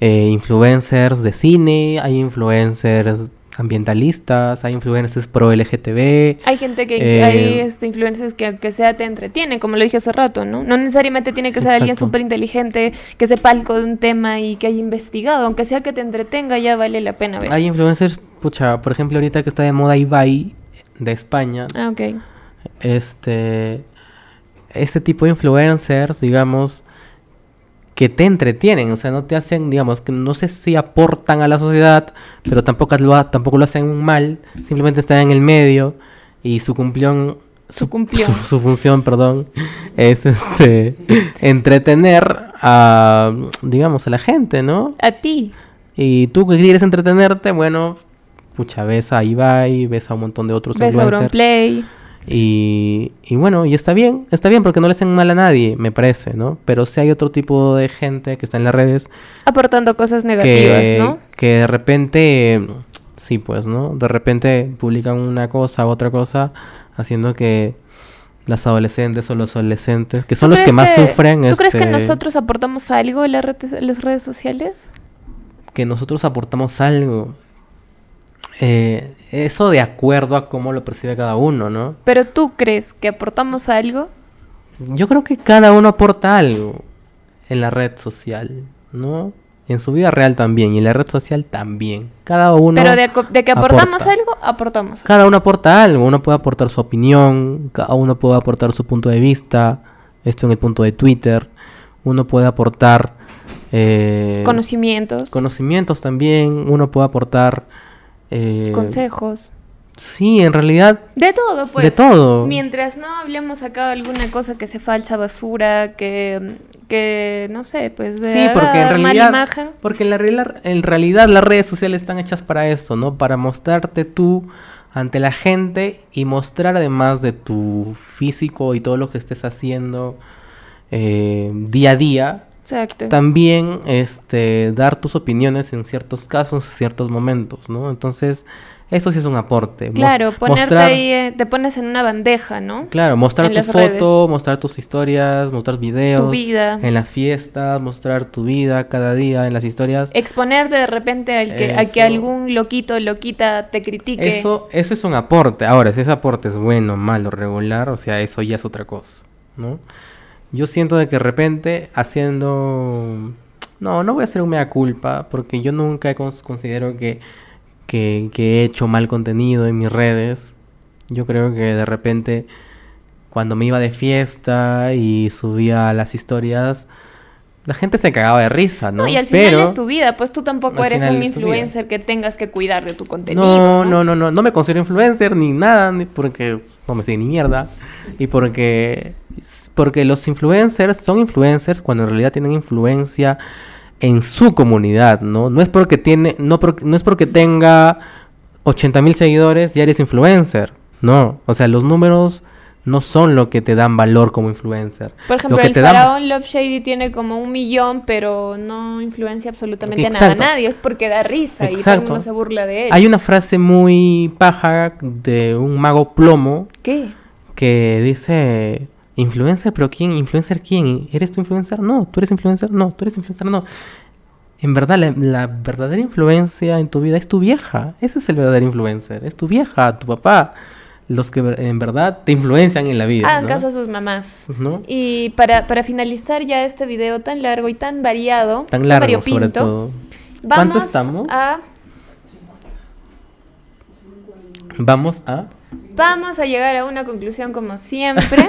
Speaker 1: eh, influencers de cine, hay influencers ambientalistas, hay influencers pro LGTB.
Speaker 2: Hay gente que,
Speaker 1: Eh,
Speaker 2: hay este, influencers que aunque sea te entretiene, como lo dije hace rato, ¿no? No necesariamente tiene que ser alguien
Speaker 1: Exacto.
Speaker 2: súper inteligente, que sepa algo de un tema y que haya investigado, aunque sea que te entretenga, ya vale la pena ver.
Speaker 1: Hay influencers, pucha, por ejemplo, ahorita que está de moda Ibai de España,
Speaker 2: Ah, ok.
Speaker 1: este este tipo de influencers, digamos, que te entretienen, o sea, no te hacen, digamos, que no sé si aportan a la sociedad, pero tampoco lo, ha- tampoco lo hacen un mal, simplemente están en el medio y su cumplión
Speaker 2: Su cumplión.
Speaker 1: su, su función, perdón, es este entretener a digamos a la gente, ¿no?
Speaker 2: A ti.
Speaker 1: Y tú que quieres entretenerte, bueno, pucha, ves a Ibai, ves a un montón de otros
Speaker 2: Ves
Speaker 1: influencers.
Speaker 2: Auronplay.
Speaker 1: Y, y bueno, y está bien, está bien porque no le hacen mal a nadie, me parece, ¿no? Pero sí hay otro tipo de gente que está en las redes
Speaker 2: Aportando cosas negativas,
Speaker 1: que,
Speaker 2: ¿no?
Speaker 1: que de repente, sí, pues, ¿no? De repente publican una cosa u otra cosa haciendo que las adolescentes o los adolescentes, que son
Speaker 2: ¿Tú
Speaker 1: los que
Speaker 2: crees
Speaker 1: más sufren,
Speaker 2: ¿Tú crees que
Speaker 1: este,
Speaker 2: nosotros aportamos algo en las redes- las redes sociales?
Speaker 1: que nosotros aportamos algo. Eh, eso de acuerdo a cómo lo percibe cada uno, ¿no?
Speaker 2: Pero tú crees que aportamos algo?
Speaker 1: Yo creo que cada uno aporta algo en la red social, ¿no? En su vida real también y en la red social también. Cada uno,
Speaker 2: Pero de, aco- de que aportamos
Speaker 1: aporta.
Speaker 2: algo, aportamos.
Speaker 1: cada uno aporta algo. Uno puede aportar su opinión, cada uno puede aportar su punto de vista. Esto en el punto de Twitter. Uno puede aportar eh,
Speaker 2: Conocimientos,
Speaker 1: conocimientos también. Uno puede aportar eh,
Speaker 2: consejos.
Speaker 1: Sí, en realidad
Speaker 2: De todo, pues.
Speaker 1: de todo.
Speaker 2: Mientras no hablemos acá de alguna cosa que sea falsa, basura, que, que no sé, pues de
Speaker 1: Sí, porque en
Speaker 2: dar mala
Speaker 1: realidad,
Speaker 2: imagen.
Speaker 1: porque en, la, reala- en realidad las redes sociales están hechas para eso, ¿no? Para mostrarte tú ante la gente y mostrar además de tu físico y todo lo que estés haciendo eh, día a día.
Speaker 2: Exacto.
Speaker 1: También este, dar tus opiniones en ciertos casos, en ciertos momentos, ¿no? Entonces, eso sí es un aporte. Mos-
Speaker 2: Claro, ponerte
Speaker 1: mostrar-
Speaker 2: ahí, eh, te pones en una bandeja, ¿no?
Speaker 1: Claro, mostrar
Speaker 2: en
Speaker 1: tu
Speaker 2: las
Speaker 1: foto,
Speaker 2: redes.
Speaker 1: mostrar tus historias, mostrar videos.
Speaker 2: Tu vida.
Speaker 1: En las fiestas, mostrar tu vida cada día en las historias.
Speaker 2: Eh, Exponerte de repente al que, a que
Speaker 1: Eso.
Speaker 2: algún loquito, loquita te critique.
Speaker 1: Eso, eso es un aporte. Ahora, si ese aporte es bueno, malo, regular, o sea, eso ya es otra cosa, ¿no? Yo siento de que de repente haciendo... No, no voy a hacer un mea culpa, porque yo nunca cons- considero que, que, que he hecho mal contenido en mis redes. Yo creo que de repente cuando me iba de fiesta y subía las historias, la gente se cagaba de risa, ¿no?
Speaker 2: No, y al final
Speaker 1: Pero...
Speaker 2: es tu vida, pues tú tampoco
Speaker 1: al
Speaker 2: eres
Speaker 1: final
Speaker 2: un
Speaker 1: es tu vida.
Speaker 2: influencer que tengas que cuidar de tu contenido.
Speaker 1: No, no, no, no, no me considero influencer ni nada, ni porque no me sé ni mierda. Y porque, porque los influencers son influencers cuando en realidad tienen influencia en su comunidad, ¿no? No es porque tiene, no, por- no es porque tenga 80 mil seguidores ya eres influencer. No, o sea, los números no son lo que te dan valor como influencer.
Speaker 2: Por ejemplo,
Speaker 1: lo que
Speaker 2: el
Speaker 1: te dan-
Speaker 2: faraón Love Shady tiene como un millón, pero no influencia absolutamente a nada a
Speaker 1: Exacto.
Speaker 2: nadie. Es porque da risa y todo el
Speaker 1: Exacto.
Speaker 2: mundo se burla de él.
Speaker 1: Hay una frase muy paja de un mago plomo
Speaker 2: ¿Qué?
Speaker 1: que dice influencer, pero ¿quién? ¿Influencer quién? ¿Eres tú influencer? No, tú eres influencer, no, tú eres influencer, no. En verdad, la, la verdadera influencia en tu vida es tu vieja. Ese es el verdadero influencer. Es tu vieja, tu papá. Los que ver- en verdad te influencian en la vida.
Speaker 2: Hagan
Speaker 1: ¿no?
Speaker 2: Ah, caso a sus mamás.
Speaker 1: ¿No?
Speaker 2: Y para, para finalizar ya este video tan largo y tan variado,
Speaker 1: Tan largo, sobre
Speaker 2: variopinto,
Speaker 1: todo.
Speaker 2: vamos
Speaker 1: ¿Cuánto estamos?
Speaker 2: a
Speaker 1: Vamos a.
Speaker 2: Vamos a llegar a una conclusión como siempre.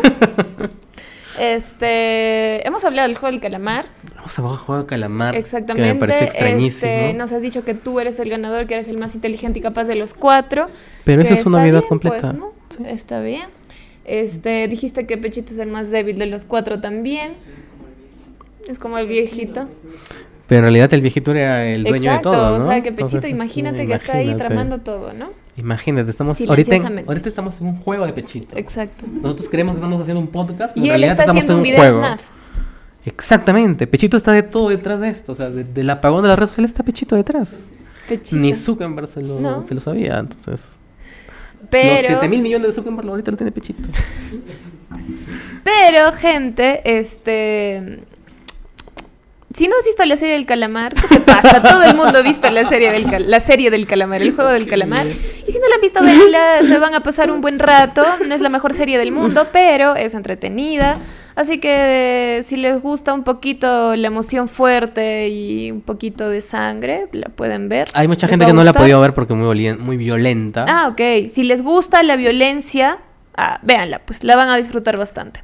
Speaker 2: este, hemos hablado del juego del calamar.
Speaker 1: Vamos a jugar a calamar.
Speaker 2: Exactamente.
Speaker 1: Ah, Que me pareció extrañísimo.
Speaker 2: Este, nos has dicho que tú eres el ganador, que eres el más inteligente y capaz de los cuatro.
Speaker 1: Pero eso
Speaker 2: que
Speaker 1: es una
Speaker 2: está
Speaker 1: obviedad
Speaker 2: bien,
Speaker 1: completa.
Speaker 2: pues, ¿no? Está bien. Este, dijiste que Pechito es el más débil de los cuatro también. Es como el viejito.
Speaker 1: Pero en realidad el viejito era el dueño
Speaker 2: Exacto,
Speaker 1: de todo. ¿no?
Speaker 2: o sea que Pechito,
Speaker 1: Entonces,
Speaker 2: imagínate que está ahí
Speaker 1: imagínate.
Speaker 2: tramando todo, ¿no?
Speaker 1: Imagínate, estamos ahorita, en,
Speaker 2: Silenciosamente.
Speaker 1: ahorita estamos en un juego de pechito.
Speaker 2: Exacto.
Speaker 1: Nosotros creemos que estamos haciendo un podcast, pero en
Speaker 2: Y él
Speaker 1: realidad
Speaker 2: está
Speaker 1: estamos
Speaker 2: haciendo
Speaker 1: en
Speaker 2: un
Speaker 1: un
Speaker 2: video
Speaker 1: juego.
Speaker 2: snap.
Speaker 1: Exactamente, Pechito está de todo detrás de esto, o sea, de- del apagón de las redes sociales está Pechito detrás.
Speaker 2: Pechito.
Speaker 1: Ni Zuckerberg se lo,
Speaker 2: No.
Speaker 1: se lo sabía, entonces. Los
Speaker 2: Pero,
Speaker 1: 7 mil millones de Zuckerberg ahorita lo tiene Pechito.
Speaker 2: pero, gente, este. Si no has visto la serie del calamar, ¿qué te pasa? Todo el mundo ha visto la serie del, cal- la serie del calamar, el juego del calamar. Y si no la han visto, véanla, se van a pasar un buen rato. No es la mejor serie del mundo, pero es entretenida. Así que si les gusta un poquito la emoción fuerte y un poquito de sangre, la pueden ver.
Speaker 1: Hay mucha
Speaker 2: Les
Speaker 1: gente
Speaker 2: va a
Speaker 1: que no la ha
Speaker 2: gustar.
Speaker 1: podido ver porque muy, volien- muy violenta.
Speaker 2: Ah, ok. Si les gusta la violencia, ah, véanla, pues la van a disfrutar bastante.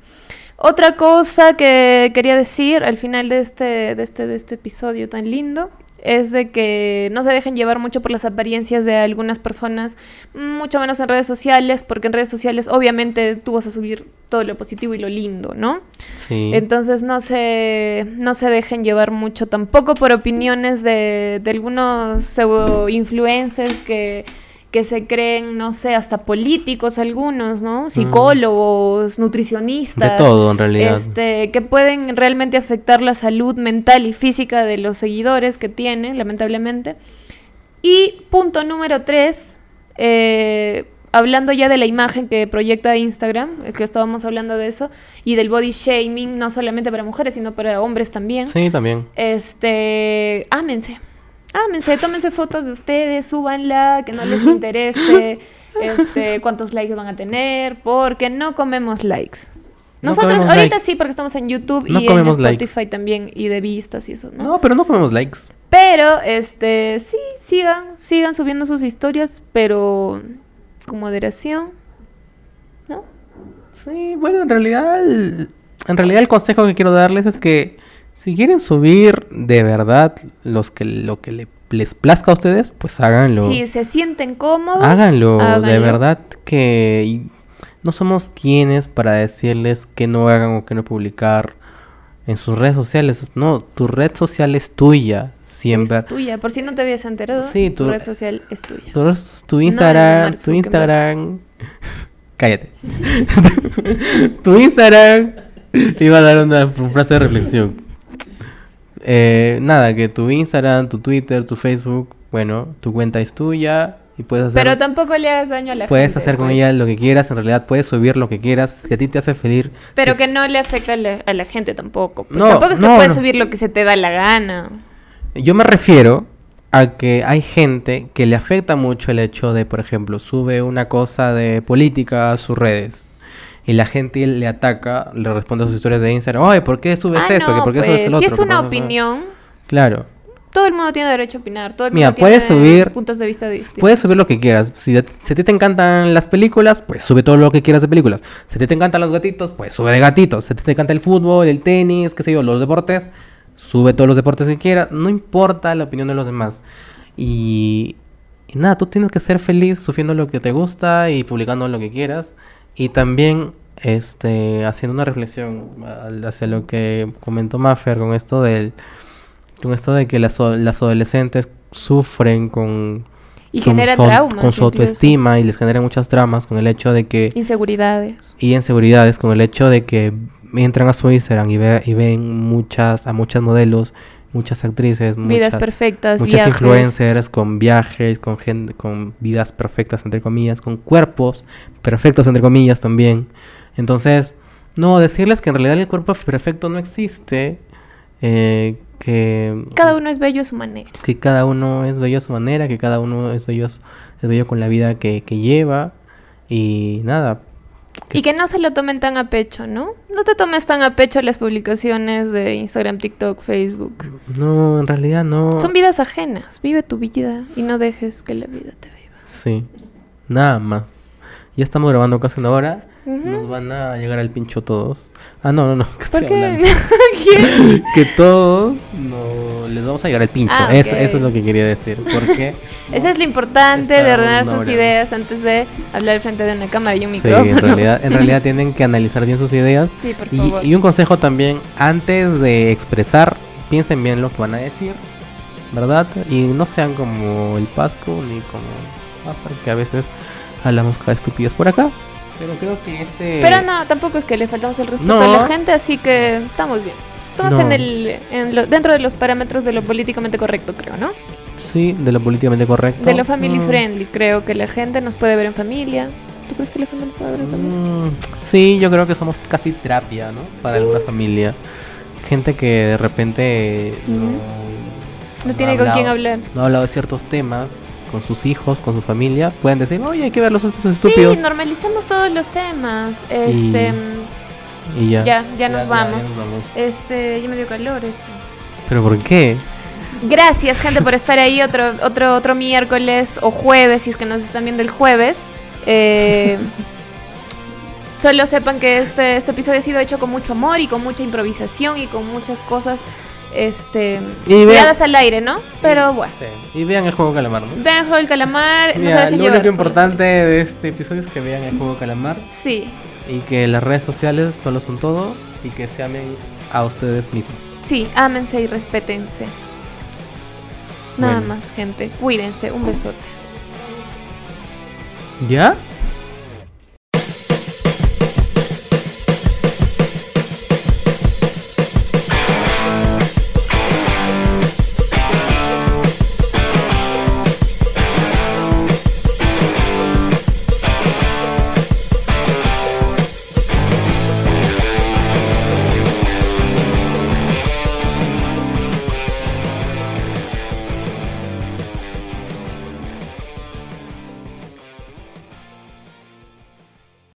Speaker 2: Otra cosa que quería decir al final de este, de este, de este episodio tan lindo es de que no se dejen llevar mucho por las apariencias de algunas personas, mucho menos en redes sociales, porque en redes sociales obviamente tú vas a subir todo lo positivo y lo lindo, ¿no?
Speaker 1: sí.
Speaker 2: Entonces no se, no se dejen llevar mucho tampoco por opiniones de, de algunos pseudo influencers que, que se creen, no sé, hasta políticos algunos, ¿no? Psicólogos, nutricionistas.
Speaker 1: Mm. de todo, en realidad.
Speaker 2: Este, que pueden realmente afectar la salud mental y física de los seguidores que tienen, lamentablemente. Y punto número tres, eh, hablando ya de la imagen que proyecta Instagram, eh, que estábamos hablando de eso, y del body shaming, no solamente para mujeres, sino para hombres también.
Speaker 1: Sí, también.
Speaker 2: Este, ámense. Ámense, tómense fotos de ustedes, súbanla, que no les interese este, cuántos likes van a tener, porque no comemos likes.
Speaker 1: No
Speaker 2: Nosotros
Speaker 1: comemos
Speaker 2: ahorita
Speaker 1: likes.
Speaker 2: sí, porque estamos en YouTube
Speaker 1: No
Speaker 2: y en
Speaker 1: comemos
Speaker 2: Spotify
Speaker 1: likes.
Speaker 2: también, y de vistas y eso, ¿no?
Speaker 1: No, pero no comemos likes.
Speaker 2: Pero, este, sí, sigan, sigan subiendo sus historias, pero con moderación, ¿no?
Speaker 1: Sí, bueno, en realidad, el- en realidad el consejo que quiero darles es que si quieren subir de verdad los que lo que le- les plazca a ustedes, pues háganlo.
Speaker 2: Si se sienten cómodos,
Speaker 1: háganlo, de
Speaker 2: háganlo.
Speaker 1: verdad que y- no somos quienes para decirles que no hagan o que no publicar en sus redes sociales. No, tu red social es tuya siempre.
Speaker 2: Es tuya, por si no te habías enterado,
Speaker 1: Sí,
Speaker 2: tu
Speaker 1: tu-
Speaker 2: red social es tuya.
Speaker 1: Tu, res- tu
Speaker 2: de
Speaker 1: Instagram,
Speaker 2: Mark
Speaker 1: tu
Speaker 2: Zuckerberg.
Speaker 1: Instagram. Cállate. tu Instagram. Te iba a dar una frase de reflexión. Eh, nada, que tu Instagram, tu Twitter, tu Facebook, bueno, tu cuenta es tuya y puedes hacer,
Speaker 2: Pero tampoco le hagas daño a la
Speaker 1: puedes
Speaker 2: gente,
Speaker 1: hacer con
Speaker 2: pues.
Speaker 1: ella lo que quieras. En realidad puedes subir lo que quieras. Si a ti te hace feliz.
Speaker 2: Pero
Speaker 1: si-
Speaker 2: que no le afecte a la, a la gente tampoco. pues.
Speaker 1: No,
Speaker 2: tampoco es que
Speaker 1: no,
Speaker 2: puedes
Speaker 1: no.
Speaker 2: subir lo que se te da la gana.
Speaker 1: Yo me refiero a que hay gente que le afecta mucho el hecho de, por ejemplo, sube una cosa de política a sus redes. Y la gente le ataca, le responde a sus historias de Instagram, oye, ¿por qué subes
Speaker 2: Ah,
Speaker 1: esto? ¿Que
Speaker 2: no,
Speaker 1: ¿Por qué
Speaker 2: pues,
Speaker 1: subes el otro?
Speaker 2: si es
Speaker 1: ¿Por
Speaker 2: una
Speaker 1: qué no subes-"
Speaker 2: opinión,
Speaker 1: Claro.
Speaker 2: todo el mundo tiene derecho a opinar. Todo el
Speaker 1: Mira,
Speaker 2: mundo
Speaker 1: puedes
Speaker 2: tiene
Speaker 1: subir-
Speaker 2: puntos de vista distintos.
Speaker 1: Puedes subir lo que quieras. Si a, ti- si a ti te encantan las películas, pues sube todo lo que quieras de películas. Si a ti te encantan los gatitos, pues sube de gatitos. Si a ti te encanta el fútbol, el tenis, qué sé yo, los deportes, sube todos los deportes que quieras. No importa la opinión de los demás. Y, y nada, tú tienes que ser feliz subiendo lo que te gusta y publicando lo que quieras. Y también este, haciendo una reflexión al- hacia lo que comentó Maffer con esto del... Con esto de que las, o- las adolescentes sufren con
Speaker 2: y
Speaker 1: con
Speaker 2: genera
Speaker 1: su au-
Speaker 2: traumas.
Speaker 1: Con su
Speaker 2: incluso.
Speaker 1: autoestima y les genera muchas tramas con el hecho de que.
Speaker 2: Inseguridades.
Speaker 1: Y inseguridades, con el hecho de que entran a su Instagram y, ve- y ven muchas, a muchas modelos, muchas actrices,
Speaker 2: Vidas
Speaker 1: muchas,
Speaker 2: perfectas,
Speaker 1: muchas
Speaker 2: viajes.
Speaker 1: influencers con viajes, con, gen- con vidas perfectas, entre comillas, con cuerpos perfectos, entre comillas, también. Entonces, no, decirles que en realidad el cuerpo perfecto no existe, eh, que.
Speaker 2: Cada uno es bello a su manera.
Speaker 1: que cada uno es bello a su manera, que cada uno es bello, a su- es bello con la vida que, que lleva y nada.
Speaker 2: y que
Speaker 1: s-
Speaker 2: no se lo tomen tan a pecho, ¿no? No te tomes tan a pecho las publicaciones de Instagram, TikTok, Facebook.
Speaker 1: No, en realidad no.
Speaker 2: Son vidas ajenas. Vive tu vida y no dejes que la vida te viva.
Speaker 1: Sí, nada más. Ya estamos grabando casi una hora.
Speaker 2: Ujú.
Speaker 1: Nos van a llegar al pincho todos. Ah, no, no, no. ¿qué estoy
Speaker 2: ¿Por qué?
Speaker 1: hablando? que todos no, les vamos a llegar al pincho.
Speaker 2: Ah,
Speaker 1: eso,
Speaker 2: ok.
Speaker 1: eso es lo que quería decir. Porque
Speaker 2: Eso es lo importante
Speaker 1: Está
Speaker 2: de ordenar
Speaker 1: una
Speaker 2: sus
Speaker 1: hora.
Speaker 2: ideas antes de hablar frente de una cámara y un
Speaker 1: sí,
Speaker 2: micrófono.
Speaker 1: en realidad, en realidad tienen que analizar bien sus ideas.
Speaker 2: Sí, por
Speaker 1: Y,
Speaker 2: favor.
Speaker 1: y un consejo también, antes de expresar, piensen bien lo que van a decir, ¿verdad? Y no sean como el Pasco ni como Rafa, que a veces hablamos cada estupidez por acá. Pero creo que este...
Speaker 2: Pero no, tampoco es que le faltamos el respeto
Speaker 1: No.
Speaker 2: a la gente, así que estamos bien. Estamos
Speaker 1: No.
Speaker 2: en el, en lo- dentro de los parámetros de lo políticamente correcto, creo, ¿no?
Speaker 1: Sí, de lo políticamente correcto.
Speaker 2: De lo family
Speaker 1: Mm,
Speaker 2: friendly, creo que la gente nos puede ver en familia. ¿Tú crees que la gente nos puede ver en familia?
Speaker 1: mm, sí, yo creo que somos casi terapia, ¿no? Para alguna familia. Gente que de repente no,
Speaker 2: Ujú. No tiene
Speaker 1: ha
Speaker 2: con quién
Speaker 1: hablado-
Speaker 2: hablar.
Speaker 1: Mm, No ha hablado de ciertos temas con sus hijos, con su familia. Pueden decir, oye, hay que verlos estos estúpidos.
Speaker 2: Sí, normalicemos todos los temas. Este,
Speaker 1: Y-
Speaker 2: mm,
Speaker 1: y ya.
Speaker 2: ya, ya, nos vamos. Este, ya me dio calor esto.
Speaker 1: ¿Pero por qué?
Speaker 2: Gracias, gente, por estar ahí otro, otro, otro miércoles o jueves, si es que nos están viendo el jueves. Eh, solo sepan que este, este episodio ha sido hecho con mucho amor y con mucha improvisación y con muchas cosas este,
Speaker 1: Y vean-
Speaker 2: tiradas al aire, ¿no? Pero bueno.
Speaker 1: Sí. Y vean el juego calamar, ¿no?
Speaker 2: Vean Juego del Calamar, no se
Speaker 1: Mira,
Speaker 2: dejen
Speaker 1: lo
Speaker 2: llevar
Speaker 1: único
Speaker 2: por
Speaker 1: importante de este episodio es que vean el juego calamar
Speaker 2: los- Sí,
Speaker 1: y que las redes sociales no lo son todo y que se amen a ustedes mismos.
Speaker 2: sí, ámense y respétense. Nada
Speaker 1: Bueno.
Speaker 2: más, gente. Cuídense. Un besote.
Speaker 1: ¿Ya?